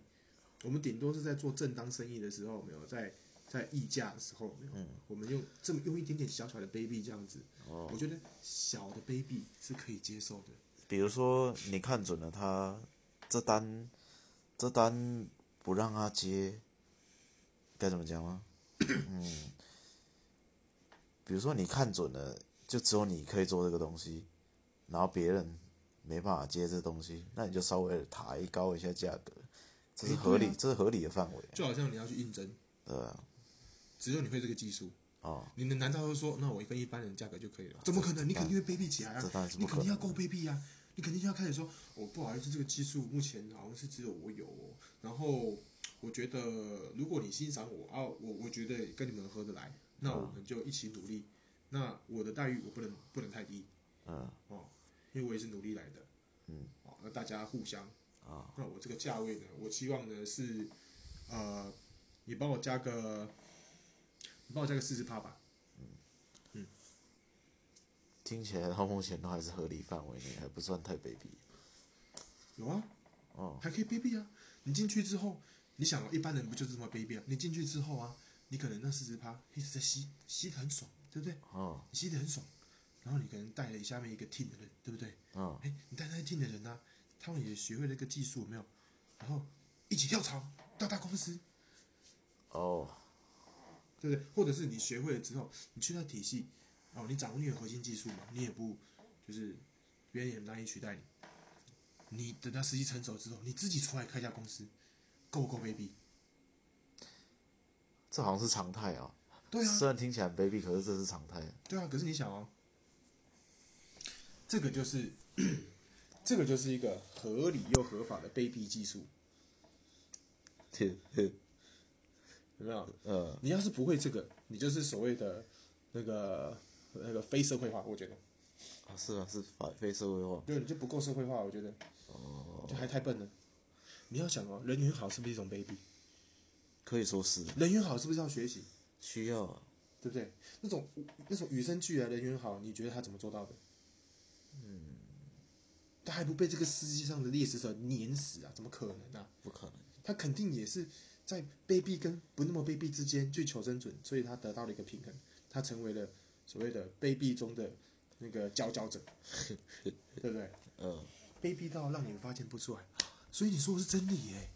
S1: 我们顶多是在做正当生意的时候，没有在在议价的时候，没有，
S2: 嗯
S1: 我们用这么用一点点小小的卑鄙这样子，
S2: 哦
S1: 我觉得小的卑鄙是可以接受的。
S2: 比如说你看准了他这单，这单不让他接，该怎么讲呢？嗯，比如说你看准了，就只有你可以做这个东西，然后别人没办法接这东西，那你就稍微抬高一下价格，这是
S1: 哎对啊
S2: 合理，这是合理的范围，
S1: 就好像你要去应征，
S2: 对啊，
S1: 只有你会这个技术，
S2: 哦，
S1: 你能难道会说，那我跟一般人价格就可以了？怎么可能？你肯定会卑鄙起来啊！
S2: 这当然是
S1: 你
S2: 不可
S1: 肯
S2: 能
S1: 定要够卑鄙啊！你肯定要开始说，我、不好意思，这个技术目前好像是只有我有、哦。然后我觉得，如果你欣赏我啊，我我觉得跟你们合得来，那我们就一起努力。那我的待遇我不能不能太低
S2: 嗯，
S1: 哦，因为我也是努力来的。
S2: 嗯，
S1: 哦，那大家互相
S2: 哦，
S1: 那我这个价位呢，我希望呢是，呃，你帮我加个，你帮我加个四十趴吧。
S2: 听起来到目前都还是合理范围内，还不算太卑鄙，
S1: 有啊，
S2: 哦，
S1: 还可以卑鄙啊！你进去之后，你想、哦，一般人不就是这么卑鄙啊？你进去之后啊，你可能那四十趴一直在吸，吸的很爽，对不对？
S2: 哦，
S1: 你吸的很爽，然后你可能带了下面一个 team 的人，对不对？
S2: 哦，
S1: 哎，你带那些 team 的人呢、他们也学会了一个技术，有没有？然后一起跳槽到大公司，
S2: 哦，
S1: 对不对？或者是你学会了之后，你去那体系，哦，你掌握你的核心技术嘛，你也不就是别人也难以取代你。你等到时机成熟之后，你自己出来开一家公司，够不够卑鄙？
S2: 这好像是常态啊、 [laughs]
S1: 对啊，
S2: 虽然听起来很卑鄙，可是这是常 [laughs] 态。
S1: 对啊。可是你想哦，这个就是这个就是一个合理又合法的卑鄙技术，有没有？
S2: 呃，
S1: 你要是不会这个，你就是所谓的那个那个非社会化，我觉得，
S2: 啊是啊，是法非社会化。
S1: 对，你就不够社会化，我觉得。
S2: 哦，
S1: 就还太笨了。你要想哦，人缘好是不是一种卑鄙？
S2: 可以说是
S1: 人缘好是不是要学习？
S2: 需要啊。
S1: 对不对？那种那种与生俱来的人缘好，你觉得他怎么做到的？嗯，他还不被这个世界上的猎食者碾死啊？怎么可能啊？
S2: 不可能。
S1: 他肯定也是在卑鄙跟不那么卑鄙之间去求生存，所以他得到了一个平衡，他成为了所谓的卑鄙中的那个佼佼者， [laughs] 对不对？
S2: 呃，
S1: 卑鄙到让你们发现不出来，所以你说的是真理耶、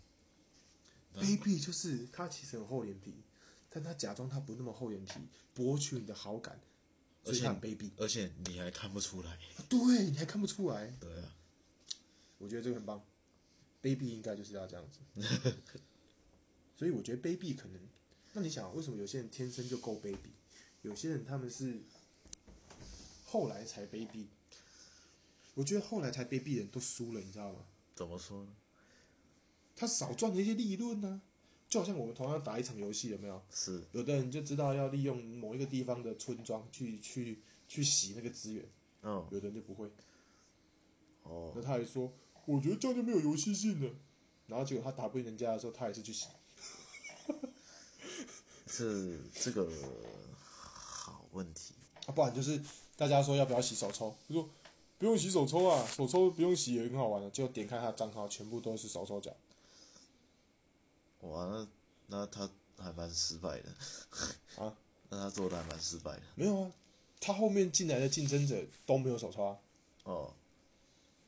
S1: 卑鄙就是他其实很厚脸皮，但他假装他不那么厚脸皮，博取你的好感，所以他很卑鄙。
S2: 而且你还看不出来。
S1: 对，你还看不出来。
S2: 对啊，
S1: 我觉得这个很棒，卑鄙应该就是要这样子。所以我觉得卑鄙可能，那你想，为什么有些人天生就够卑鄙，有些人他们是后来才卑鄙？我觉得后来才卑鄙的人都输了，你知道吗？
S2: 怎么说呢？
S1: 他少赚了一些利润呢、就好像我们同样打一场游戏，有没有？
S2: 是
S1: 有的人就知道要利用某一个地方的村庄去去去洗那个资源，
S2: 嗯
S1: 有的人就不会。
S2: 哦
S1: 那他还说，我觉得这样就没有游戏性了。然后结果他打不赢人家的时候，他还是去洗。
S2: 是这个好问题。
S1: 啊，不然就是大家说要不要洗手抽，就说不用洗手抽啊，手抽不用洗也很好玩的。啊结果点开他的账号，全部都是手抽奖。
S2: 哇，那那他还蛮失败的
S1: 啊。
S2: [laughs] 那他做的还蛮失败的。
S1: 没有啊，他后面进来的竞争者都没有手抽啊，
S2: 哦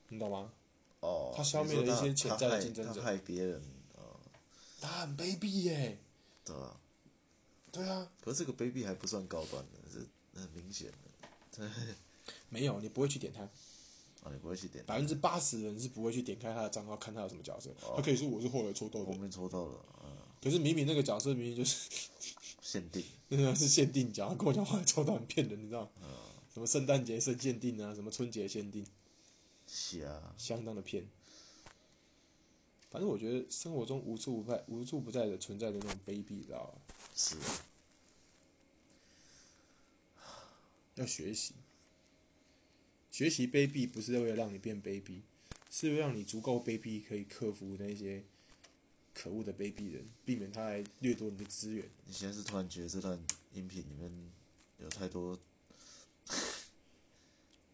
S1: 你懂吗？
S2: 哦，
S1: 他消灭了
S2: 你说他
S1: 一些潜在的
S2: 他害
S1: 竞争者
S2: 他害别人。哦，
S1: 他很卑鄙耶、
S2: 对啊。
S1: 对啊，
S2: 可是这个卑鄙还不算高端的，这很明显的。
S1: 没有，你不会去点他。
S2: 啊，你不会去点
S1: 百分之八十人是不会去点开他的账号看他有什么角色，他可以说我是后来抽到
S2: 后
S1: 的，
S2: 面抽到了，嗯，
S1: 可是明明那个角色明明就是 [laughs]
S2: 限定，
S1: 真的是限定角，他跟我讲后来抽到很骗人，你知道吗？什么圣诞节限限定啊，什么春节限定，
S2: 瞎，
S1: 相当的骗。反正我觉得生活中无处不在、无处不在的存在的那种卑鄙，你知道吧？
S2: 是啊，
S1: 要学习，学习卑鄙不是为了让你变卑鄙，是让你足够卑鄙，可以克服那些可恶的卑鄙人，避免他来掠夺你的资源。
S2: 你现在是突然觉得这段音频里面有太多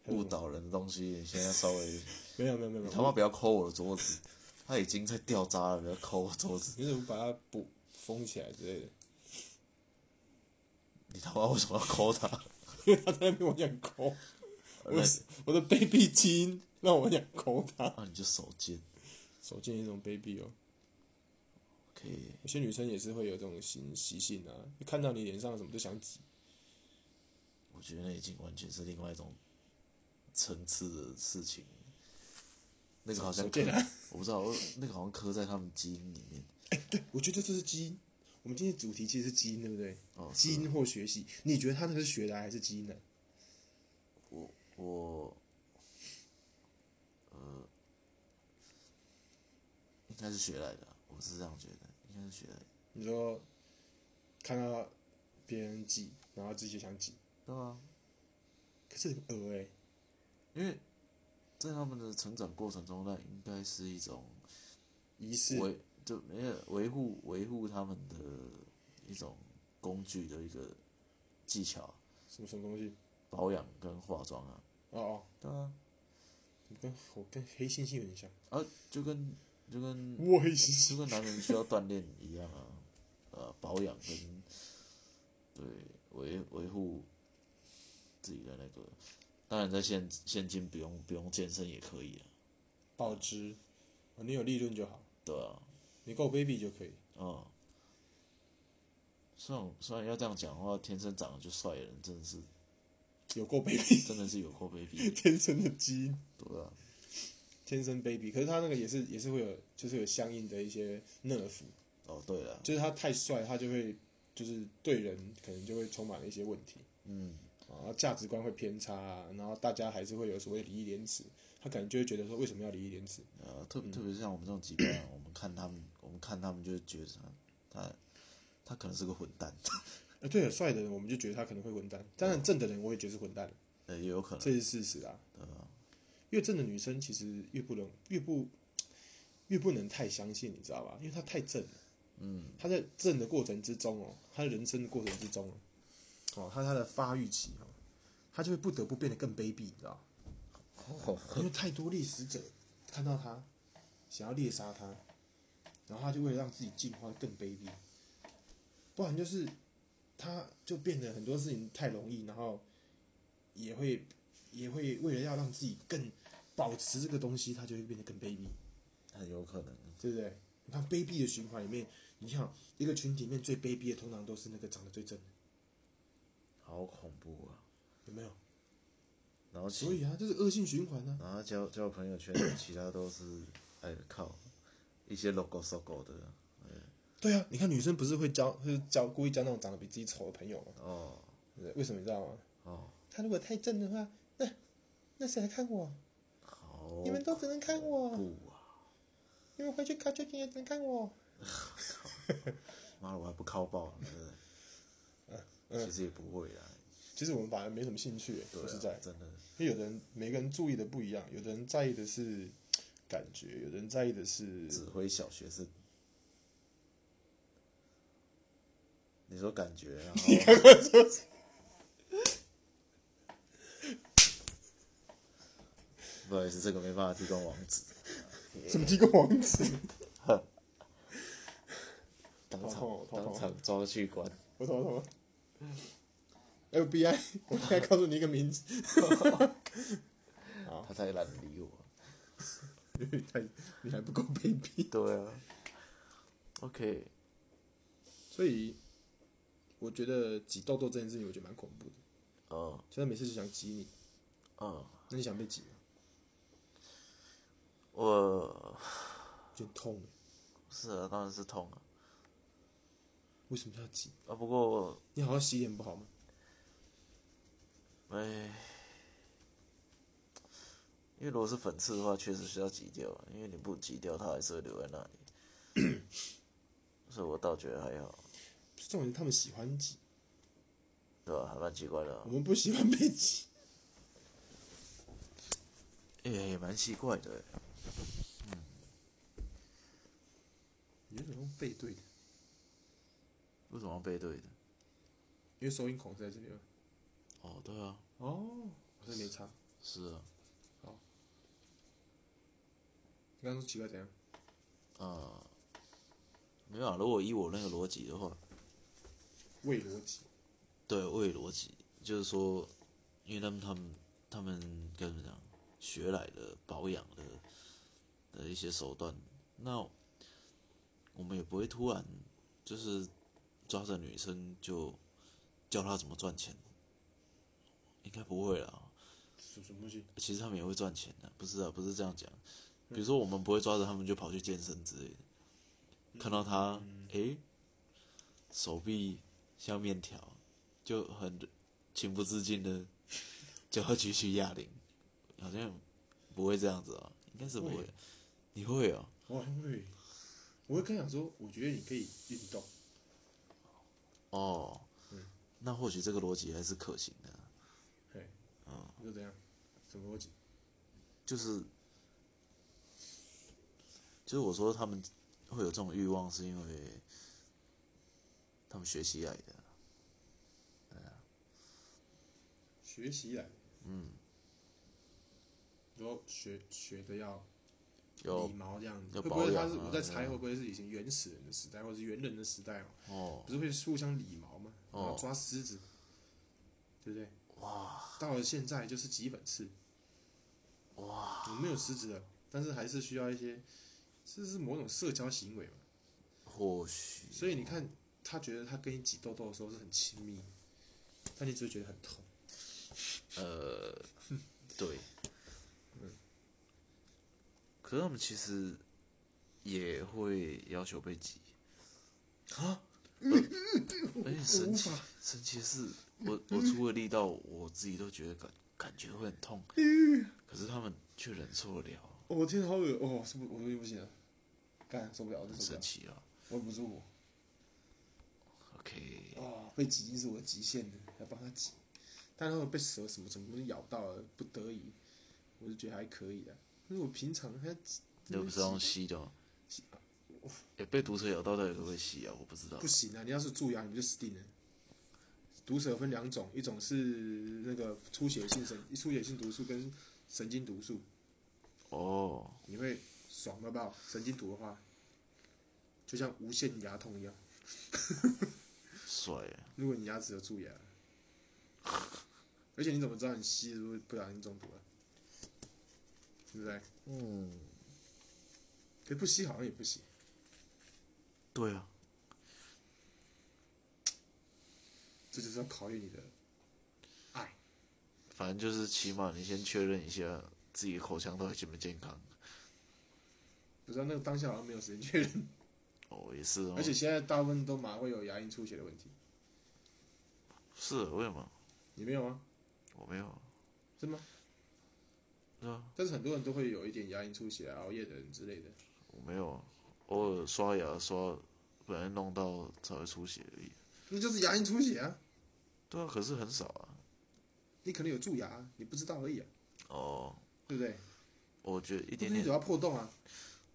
S2: 误导人的东西，你现在稍微
S1: 嗯没有没有没有，没
S2: 你
S1: 有
S2: 他妈不要抠我的桌子，他已经在掉渣了，不要抠我桌子。
S1: 你怎么把它补封起来之类的？ [laughs]
S2: 你他妈为什么要抠他？
S1: 因为他在那边我想抠，
S2: 呃
S1: 我我的卑鄙基因让我想抠他。
S2: 那你就手贱，
S1: 手贱也是一种卑鄙哦，
S2: 可以
S1: 有些女生也是会有这种习习性啊，看到你脸上什么就想挤。
S2: 我觉得那已经完全是另外一种层次的事情。那个好像
S1: 手贱
S2: 刻
S1: 啊
S2: 我不知道，我那个好像刻在他们基因里面。
S1: 我觉得这是基因。我们今天的主题其实是基因，对不对？
S2: 哦是
S1: 基因或学习，你觉得他那是学来还是基因呢、
S2: 我我，呃，应该是学来的啊，我是这样觉得，应该是学来的。
S1: 你说看到别人挤，然后自己也想挤，
S2: 对啊，
S1: 可是很恶哎、
S2: 因为在他们的成长过程中，那应该是一种
S1: 仪式
S2: 维就没有维护维护他们的一种工具的一个技巧，
S1: 什么什么东西？
S2: 保养跟化妆啊。
S1: 哦哦，
S2: 对啊，
S1: 跟我跟黑猩猩有点像，
S2: 啊，就跟就跟
S1: 我黑猩猩
S2: 就跟男人需要锻炼一样啊， [laughs] 呃，保养跟对维维护自己的那个，当然在现现今不用不用健身也可以啊，
S1: 保值，哦你有利润就好，
S2: 对啊，
S1: 你够卑鄙就可以。
S2: 嗯。虽然虽然要这样讲的话，天生长得就帅的人真的是 [coughs]
S1: 有够卑鄙，
S2: 真的是有够卑鄙的，
S1: 天生的基因，
S2: 对啊，
S1: 天生卑鄙。可是他那个也是也是会有，就是有相应的一些nerf，
S2: 哦对了，
S1: 就是他太帅，他就会就是对人可能就会充满了一些问题
S2: 嗯，
S1: 啊，然后价值观会偏差啊，然后大家还是会有所谓礼义廉耻，他可能就会觉得说为什么要礼义廉耻？
S2: 呃，特别特别是像我们这种几辈人，我们看他们，我们看他们就会觉得他他他可能是个混蛋，
S1: 呃，对了，帅的人我们就觉得他可能会混蛋，当然正的人我也觉得是混蛋，
S2: 呃，也有可能，
S1: 这是事实啊。
S2: 对啊，
S1: 越正的女生其实越不能越不越不能太相信，你知道吧？因为她太正了。嗯，她在正的过程之中哦，她人生的过程之中哦，哦，她她的发育期哦，她就会不得不变得更卑鄙，你知道吗？因为太多猎食者看到她，想要猎杀她，然后她就为了让自己进化更卑鄙，不然就是她就变得很多事情太容易，然后也会也会为了要让自己更保持这个东西，它就会变得更卑鄙，
S2: 很有可能。啊
S1: 对不对？你看卑鄙的循环里面，你看一个群体里面最卑鄙的，通常都是那个长得最正的，
S2: 好恐怖啊！
S1: 有没有？
S2: 然
S1: [laughs]
S2: 后
S1: 所
S2: 其
S1: 以啊，这是恶性循环啊。
S2: 然后交交朋友圈，其他都是哎靠，一些 logo logo 的
S1: 对啊，你看女生不是会交，会交故意交那种长得比自己丑的朋友吗？
S2: 哦
S1: 对不对为什么你知道吗？
S2: 哦，
S1: 她如果太正的话，那那谁来看我？
S2: 好
S1: 你们都只能看我，
S2: 怖啊！
S1: 你们回去搞究竟也只能看我。
S2: 妈的，我还不靠爆，对不对？ [laughs] 其实也不会啊啦，
S1: 其实我们反而没什么兴趣，
S2: 对
S1: 说实
S2: 啊
S1: 在，，
S2: 真的
S1: 因为有的人每个人注意的不一样，有的人在意的是感觉，有的人在意的是
S2: 指挥小学生。 [laughs] [laughs] 你说感觉，啊然后不好意思，这个没办法提供网址。
S1: 什么提供网址？
S2: 当
S1: 头
S2: 场
S1: 痛头
S2: 当
S1: 痛
S2: 场抓去 [laughs] 关，
S1: 我头痛。FBI，我现在告诉你一个名字，
S2: 他才懒得理我。
S1: 因为太你还不够卑鄙，
S2: 对啊，OK，
S1: 所以我觉得挤痘痘这件事情，我觉得蛮恐怖的。
S2: 嗯
S1: 现在每次就想挤你，
S2: 嗯，
S1: 那你想被挤吗？
S2: 我
S1: 有点痛欸耶，
S2: 是啊，当然是痛啊
S1: 为什么要挤？
S2: 啊，不过
S1: 你好好洗脸不好吗？
S2: 哎，因为如果是粉刺的话，确实需要挤掉啊，因为你不挤掉，它还是会留在那里。 [coughs] 所以我倒觉得还好，
S1: 重点是他们喜欢挤，
S2: 对吧、还蛮奇怪的啊、
S1: 我们不喜欢被挤。
S2: 哎、蛮奇怪的。欸
S1: 你为什么用背对的？
S2: 为什么要背对的？
S1: 因为收音孔是在这里吗？
S2: 哦，对啊，
S1: 哦，我是没差。
S2: 是啊，
S1: 你刚刚说奇怪怎样？
S2: 呃，没有、啊，如果以我那个逻辑的话，
S1: 未逻辑。
S2: 对，为逻辑就是说，因为他们他们他们该怎么讲，学来的保养的的一些手段，那我们也不会突然就是抓着女生就教她怎么赚钱，应该不会啦。
S1: 什什么东西？
S2: 其实他们也会赚钱的，不是啊，不是这样讲。比如说，我们不会抓着他们就跑去健身之类的，看到他诶、手臂像面条，就很情不自禁的就要举起哑铃，好像不会这样子啊，应该是不会
S1: 会。
S2: 你会哦、
S1: 我好像会，我会跟他讲说，我觉得你可以运动。
S2: 哦，那或许这个逻辑还是可行的啊，
S1: 嘿，啊，又怎样？什么逻辑？
S2: 就是就是我说他们会有这种欲望，是因为他们学习来的。
S1: 学习来。嗯。然后学学的要
S2: 有
S1: 礼貌这样子，
S2: 要
S1: 会不会
S2: 保养
S1: 他是
S2: 啊
S1: 我在猜会不会是以前原始人的时代，或者是猿人的时代哦？
S2: 哦，
S1: 不是会互相理毛吗？
S2: 哦
S1: 然后抓狮子，对不对？哇！到了现在就是基本式。哇！我们没有狮子了，但是还是需要一些，这是某种社交行为嘛？
S2: 或许
S1: 所以你看，他觉得他跟你挤痘痘的时候是很亲密，但你只会觉得很痛。
S2: 呃，对，可是他们其实也会要求被挤
S1: [laughs]
S2: 啊，而且神奇神奇的是，我我出的力道，我自己都觉得感感觉会很痛，可是他们却忍受得了，
S1: 哦、我天啊，好恶哦！是不是我最近不行了？干受不了，我真
S2: 很
S1: 受不
S2: 神
S1: 了，
S2: 奇啊。
S1: 我忍不住
S2: OK，
S1: 我啊！被挤是我的极限的，要帮他挤。但如果被蛇什么什么东西咬到了，不得已，我就觉得还可以啊。因为我平常还
S2: 那不是用吸的吗？也、被毒蛇咬到，到底会不会吸啊？我不知道
S1: 不。行啊！你要是蛀牙，你们就死定了。毒蛇分两种，一种是那个出血性神出血性毒素跟神经毒素，
S2: 哦，
S1: 你会爽到爆。神经毒的话，就像无限牙痛一样。
S2: 帅啊！
S1: 如果你牙齿有蛀牙， [laughs] 而且你怎么知道你吸是不是不小心中毒了？对不对？
S2: 嗯，
S1: 可不吸好像也不行。
S2: 对啊，
S1: 这就是要考验你的爱。
S2: 反正就是起码你先确认一下自己口腔到底健不健康。
S1: 不知道那个当下好像没有时间确认，
S2: 哦，也是哦。
S1: [laughs] 而且现在大部分都马会有牙龈出血的问题，
S2: 是啊为什么？
S1: 你没有吗？
S2: 我没有，
S1: 是吗？
S2: 是啊，
S1: 但是很多人都会有一点牙龈出血、啊、熬夜的人之类的。
S2: 我没有，偶尔刷牙刷，不然弄到才会出血而已。
S1: 那就是牙龈出血啊，
S2: 对啊，可是很少啊。
S1: 你可能有蛀牙啊、你不知道而已啊，
S2: 哦，
S1: 对不对？
S2: 我觉得一
S1: 一
S2: 点
S1: 你
S2: 点
S1: 嘴。巴破洞啊，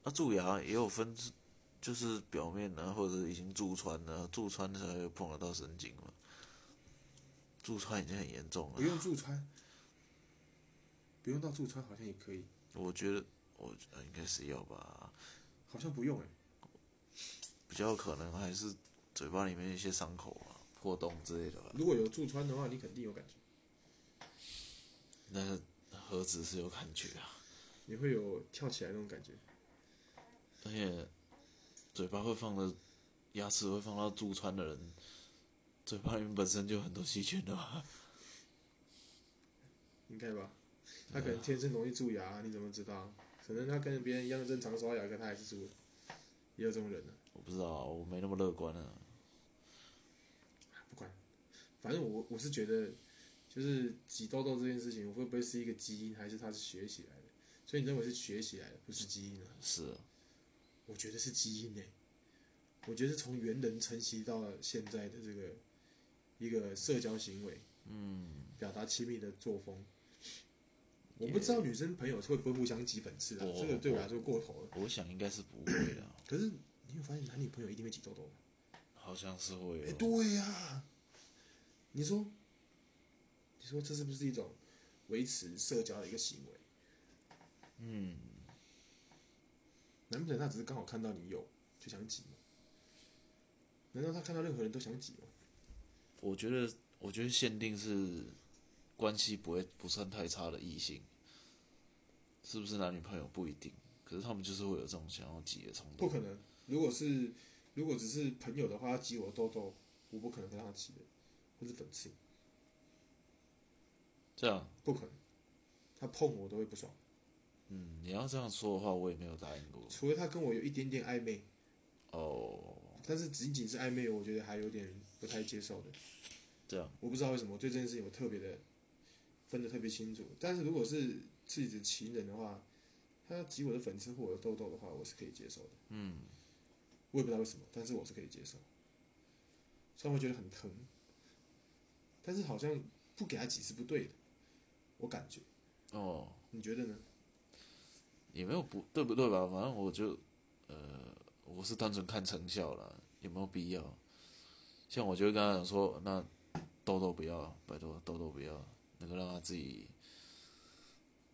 S2: 啊，蛀牙也有分，就是表面的、或者已经蛀穿的、蛀穿才会碰得到神经嘛。蛀穿已经很严重
S1: 不
S2: 了，
S1: 用蛀穿，不用到蛀穿好像也可以，
S2: 我觉得我觉得应该是要吧，
S1: 好像不用哎、
S2: 比较可能还是嘴巴里面一些伤口啊、破洞之类的吧。
S1: 如果有蛀穿的话，你肯定有感觉，
S2: 那何止是有感觉啊，
S1: 你会有跳起来那种感觉。
S2: 而且嘴巴会放的，牙齿会放到蛀穿的人，嘴巴里面本身就有很多细菌的嘛。
S1: 应该吧？他可能天生容易蛀牙，你怎么知道？可能他跟别人一样正常刷牙，可他还是蛀了，也有这种人呢、
S2: 我不知道啊，我没那么乐观啊。
S1: 不管，反正我我是觉得，就是挤痘痘这件事情，会不会是一个基因，还是它是学起来的？所以你认为是学起来的，不是基因啊？
S2: 是啊，
S1: 我觉得是基因呢、欸我觉得是从猿人承袭到现在的这个一个社交行为，嗯，表达亲密的作风，我不知道女生朋友会不会互相挤粉刺啊，
S2: 我
S1: 这个对我来说过头了。
S2: 我想应该是不会的，啊
S1: 可是你有发现男女朋友一定会挤痘痘吗？
S2: 好像是会
S1: 哎、
S2: 有。
S1: 对呀、你说，你说这是不是一种维持社交的一个行为？嗯，难不成他只是刚好看到你有就想挤吗？难道他看到任何人都想挤吗？
S2: 我觉得，我觉得限定是关系不会不算太差的异性，是不是男女朋友不一定，可是他们就是会有这种想要挤的冲
S1: 不
S2: 动。
S1: 可能。如果是如果只是朋友的话，他挤我的痘痘，我不可能跟他挤的，或是粉刺，
S2: 这样，
S1: 不可能。他碰我都会不爽，
S2: 嗯，你要这样说的话，我也没有答应过。
S1: 除非他跟我有一点点暧昧，
S2: 哦，
S1: 但是仅仅是暧昧，我觉得还有点不太接受的。
S2: 这样，
S1: 我不知道为什么我对这件事情我特别的分得特别清楚。但是如果是自己的情人的话，他挤我的粉刺或我的痘痘的话，我是可以接受的。嗯，我也不知道为什么，但是我是可以接受。虽然我觉得很疼，但是好像不给他挤是不对的，我感觉。
S2: 哦，
S1: 你觉得呢？ [laughs]
S2: 也没有不对不对吧？反正我就，呃，我是单纯看成效啦，有没有必要？像我就会跟他讲说，那痘痘不要，拜托痘痘不要，那个让他自己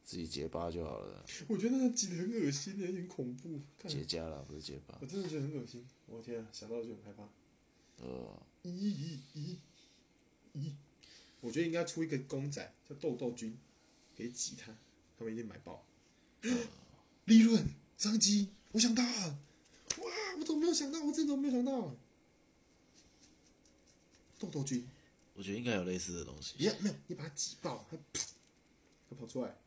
S2: 自己结疤就好了，
S1: 我觉得那挤得很恶心，有点恐怖。看，
S2: 结痂啦，不是结疤
S1: 我。真的觉得很恶心。我天啊，想到就很害怕。
S2: 呃，
S1: 咦咦咦咦！我觉得应该出一个公仔叫豆豆君，可以挤他，他们一定买爆。啊利润张机，我想到了，哇，我怎么没有想到？我真的怎么没有想到？豆豆君，
S2: 我觉得应该有类似的东西。
S1: 耶，没有，你把它挤爆，它噗它跑出来，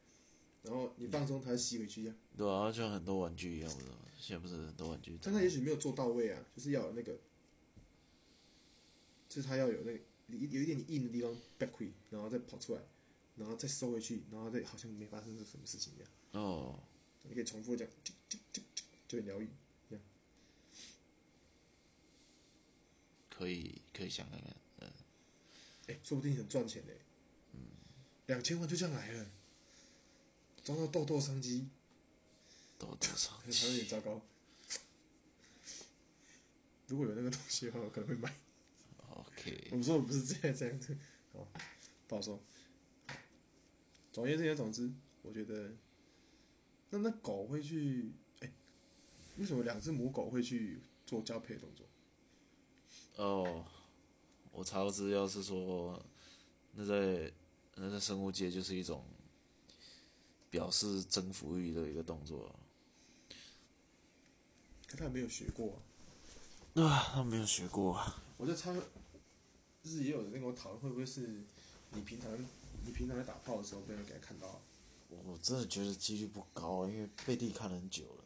S1: 然后你放松，它吸回去一样。
S2: 对啊，就像很多玩具一样，不是吗？现在不是很多玩具，
S1: 但他也许没有做到位啊，就是要有那个，就是他要有那个有一有一点点硬的地方 back 回，然后再跑出来，然后再收回去，然后再好像没发生什么事情一样。
S2: 哦，
S1: 你可以重复这样，就就就就就很疗愈。
S2: 可以可以想看看。
S1: 哎、说不定很赚钱嘞、嗯，两千万就这样来了，遭到痘痘商机，
S2: 痘痘上
S1: 还有点糟糕。如果有那个东西的话，我可能会买。
S2: ，OK，
S1: 我们说的不是这样这样子，哦，不好说。总而言之言而总之，我觉得，那那狗会去，哎、为什么两只母狗会去做交配的动作？
S2: 哦，我查到资料是说，那在那在生物界就是一种表示征服欲的一个动作。
S1: 可它没有学过、啊。
S2: 啊，他没有学过啊。
S1: 我在猜，就是也有人在跟我讨论，会不会是你平常你平常在打炮的时候被人给它看到啊、
S2: 我真的觉得几率不高，因为贝蒂看了很久了，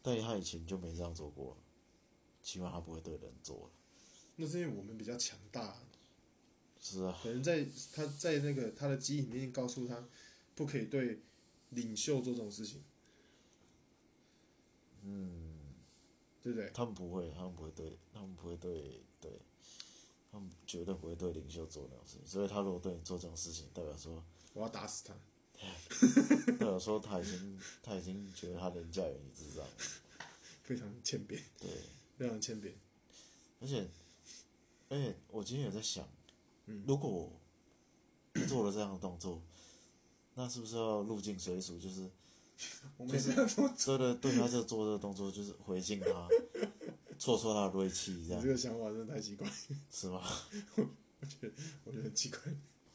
S2: 但他以前就没这样做过，起码他不会对人做了。
S1: 那是因为我们比较强大，啊
S2: 是啊，
S1: 可能在他在那个他的基因里面告诉他，不可以对领袖做这种事情。嗯，
S2: 嗯
S1: 对不对？
S2: 他们不会，他们不会对，他们不会对，对，他们绝对不会对领袖做那种事情。所以他如果对你做这种事情，代表说，
S1: 我要打死他。
S2: 代表说他已经他已经觉得他凌驾于你之上了。
S1: 非常欠扁，
S2: 对，
S1: 非常欠扁。
S2: 而且而且我今天有在想，
S1: 嗯
S2: 如果我做了这样的动作，那是不是要入境随俗？就是
S1: 我们是要说
S2: 对对对他这个做这个动作，就是回敬他，挫挫他的锐气，
S1: 你
S2: 这样
S1: 这个想法真的太奇怪，
S2: 是吗？
S1: 我觉得我觉得很奇怪，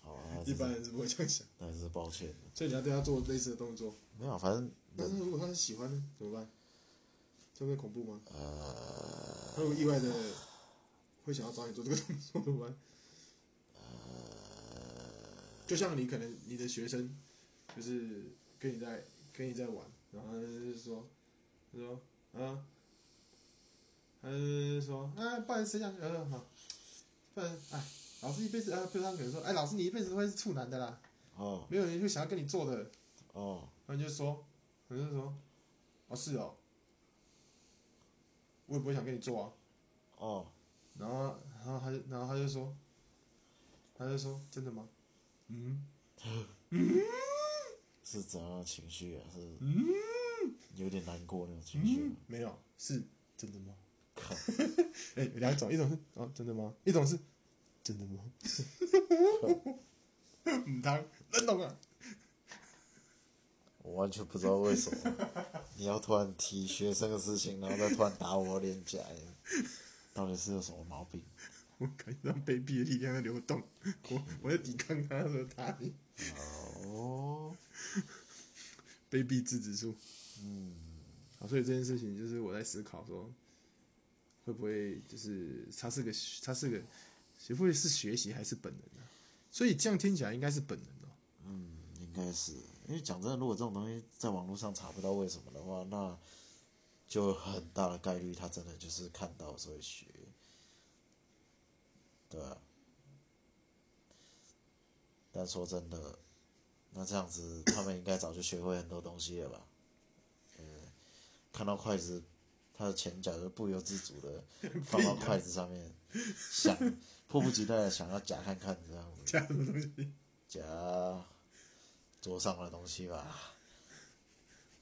S2: 好啊，那
S1: 一
S2: 真
S1: 般
S2: 是
S1: 人是不会这样想。
S2: 那真是抱歉了。
S1: 所以你要对他做类似的动作，
S2: 没有，反正
S1: 但是如果他是喜欢呢，怎么办？这会恐怖吗？
S2: 呃。
S1: 他如果意外的会想要找你做这个动作怎么办？
S2: 呃
S1: 就像你可能你的学生就是跟你在跟你在玩，然后他就是说，他说啊，他就是说啊，不然谁想呃好，不然哎，老师一辈子啊，不是他可能说哎，老师你一辈子都会是处男的啦，
S2: 哦
S1: 没有人会想要跟你做的，
S2: 哦，
S1: 然后你就说，我就说，哦是哦，我也不会想跟你做啊。
S2: 哦，
S1: 然后，然后他就，然后他就说，他就说，真的吗？嗯，
S2: 是怎样的情绪啊？是
S1: 嗯
S2: 有点难过那种情绪、啊。
S1: 没有，是真的吗？
S2: 靠，
S1: 哎、有两种，一种是哦真的吗？一种是真的吗？唔当，认同啊！
S2: 我完全不知道为什么你要突然提学生的事情，然后再突然打我脸颊，到底是有什么毛病？
S1: 我感觉到卑鄙的力量在流动，我我在抵抗他的他
S2: 哦，
S1: 卑鄙致指数。嗯，所以这件事情就是我在思考说，会不会就是他是个他是个，会不会是学习还是本能呢、所以这样听起来应该是本能哦、
S2: 应该是因为讲真的，如果这种东西在网络上查不到为什么的话，那就有很大的概率他真的就是看到所以学，对吧、但说真的，那这样子他们应该早就学会很多东西了吧？呃，看到筷子，他的前脚就不由自主的放到筷子上面，想迫不及待的想要夹看看这样子。
S1: 这样的东西，
S2: 夹桌上的东西吧。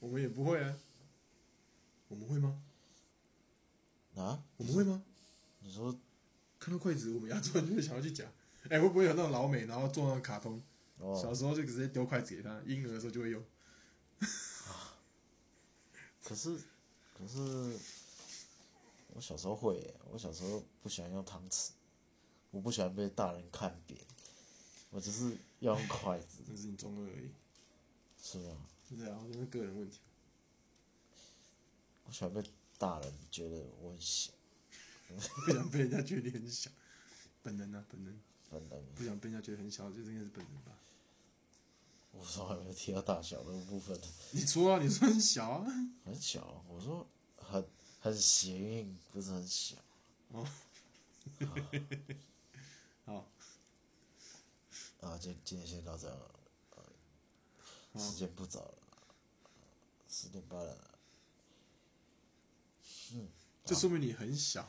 S1: 我们也不会啊。我们会吗？
S2: 啊，
S1: 我们会吗？
S2: 你说
S1: 看到筷子，我们牙做就会想要去夹。哎、会不会有那种老美，然后做那种卡通？小
S2: 哦，
S1: 时候就直接丢筷子给他，婴儿的时候就会用。
S2: 可是可是我小时候会耶，我小时候不喜欢用汤匙，我不喜欢被大人看扁，我就是要用筷子，
S1: 那是你中二而已，
S2: 是吗？
S1: 对啊，那是个人问题。
S2: 我喜欢被大人觉得我很小，
S1: 不想被人家觉得很小，本能啊，本能，
S2: 本能。
S1: 不想被人家觉得很小，这应该是本能吧？
S2: 我从来没有提到大小的部分，
S1: 你说啊，你说很小啊，
S2: 很小，我说很很谐音，不是很小。
S1: 好，
S2: 啊，今今天先到这样了，呃、时间不早了，十点半了，
S1: 啊这说明你很小，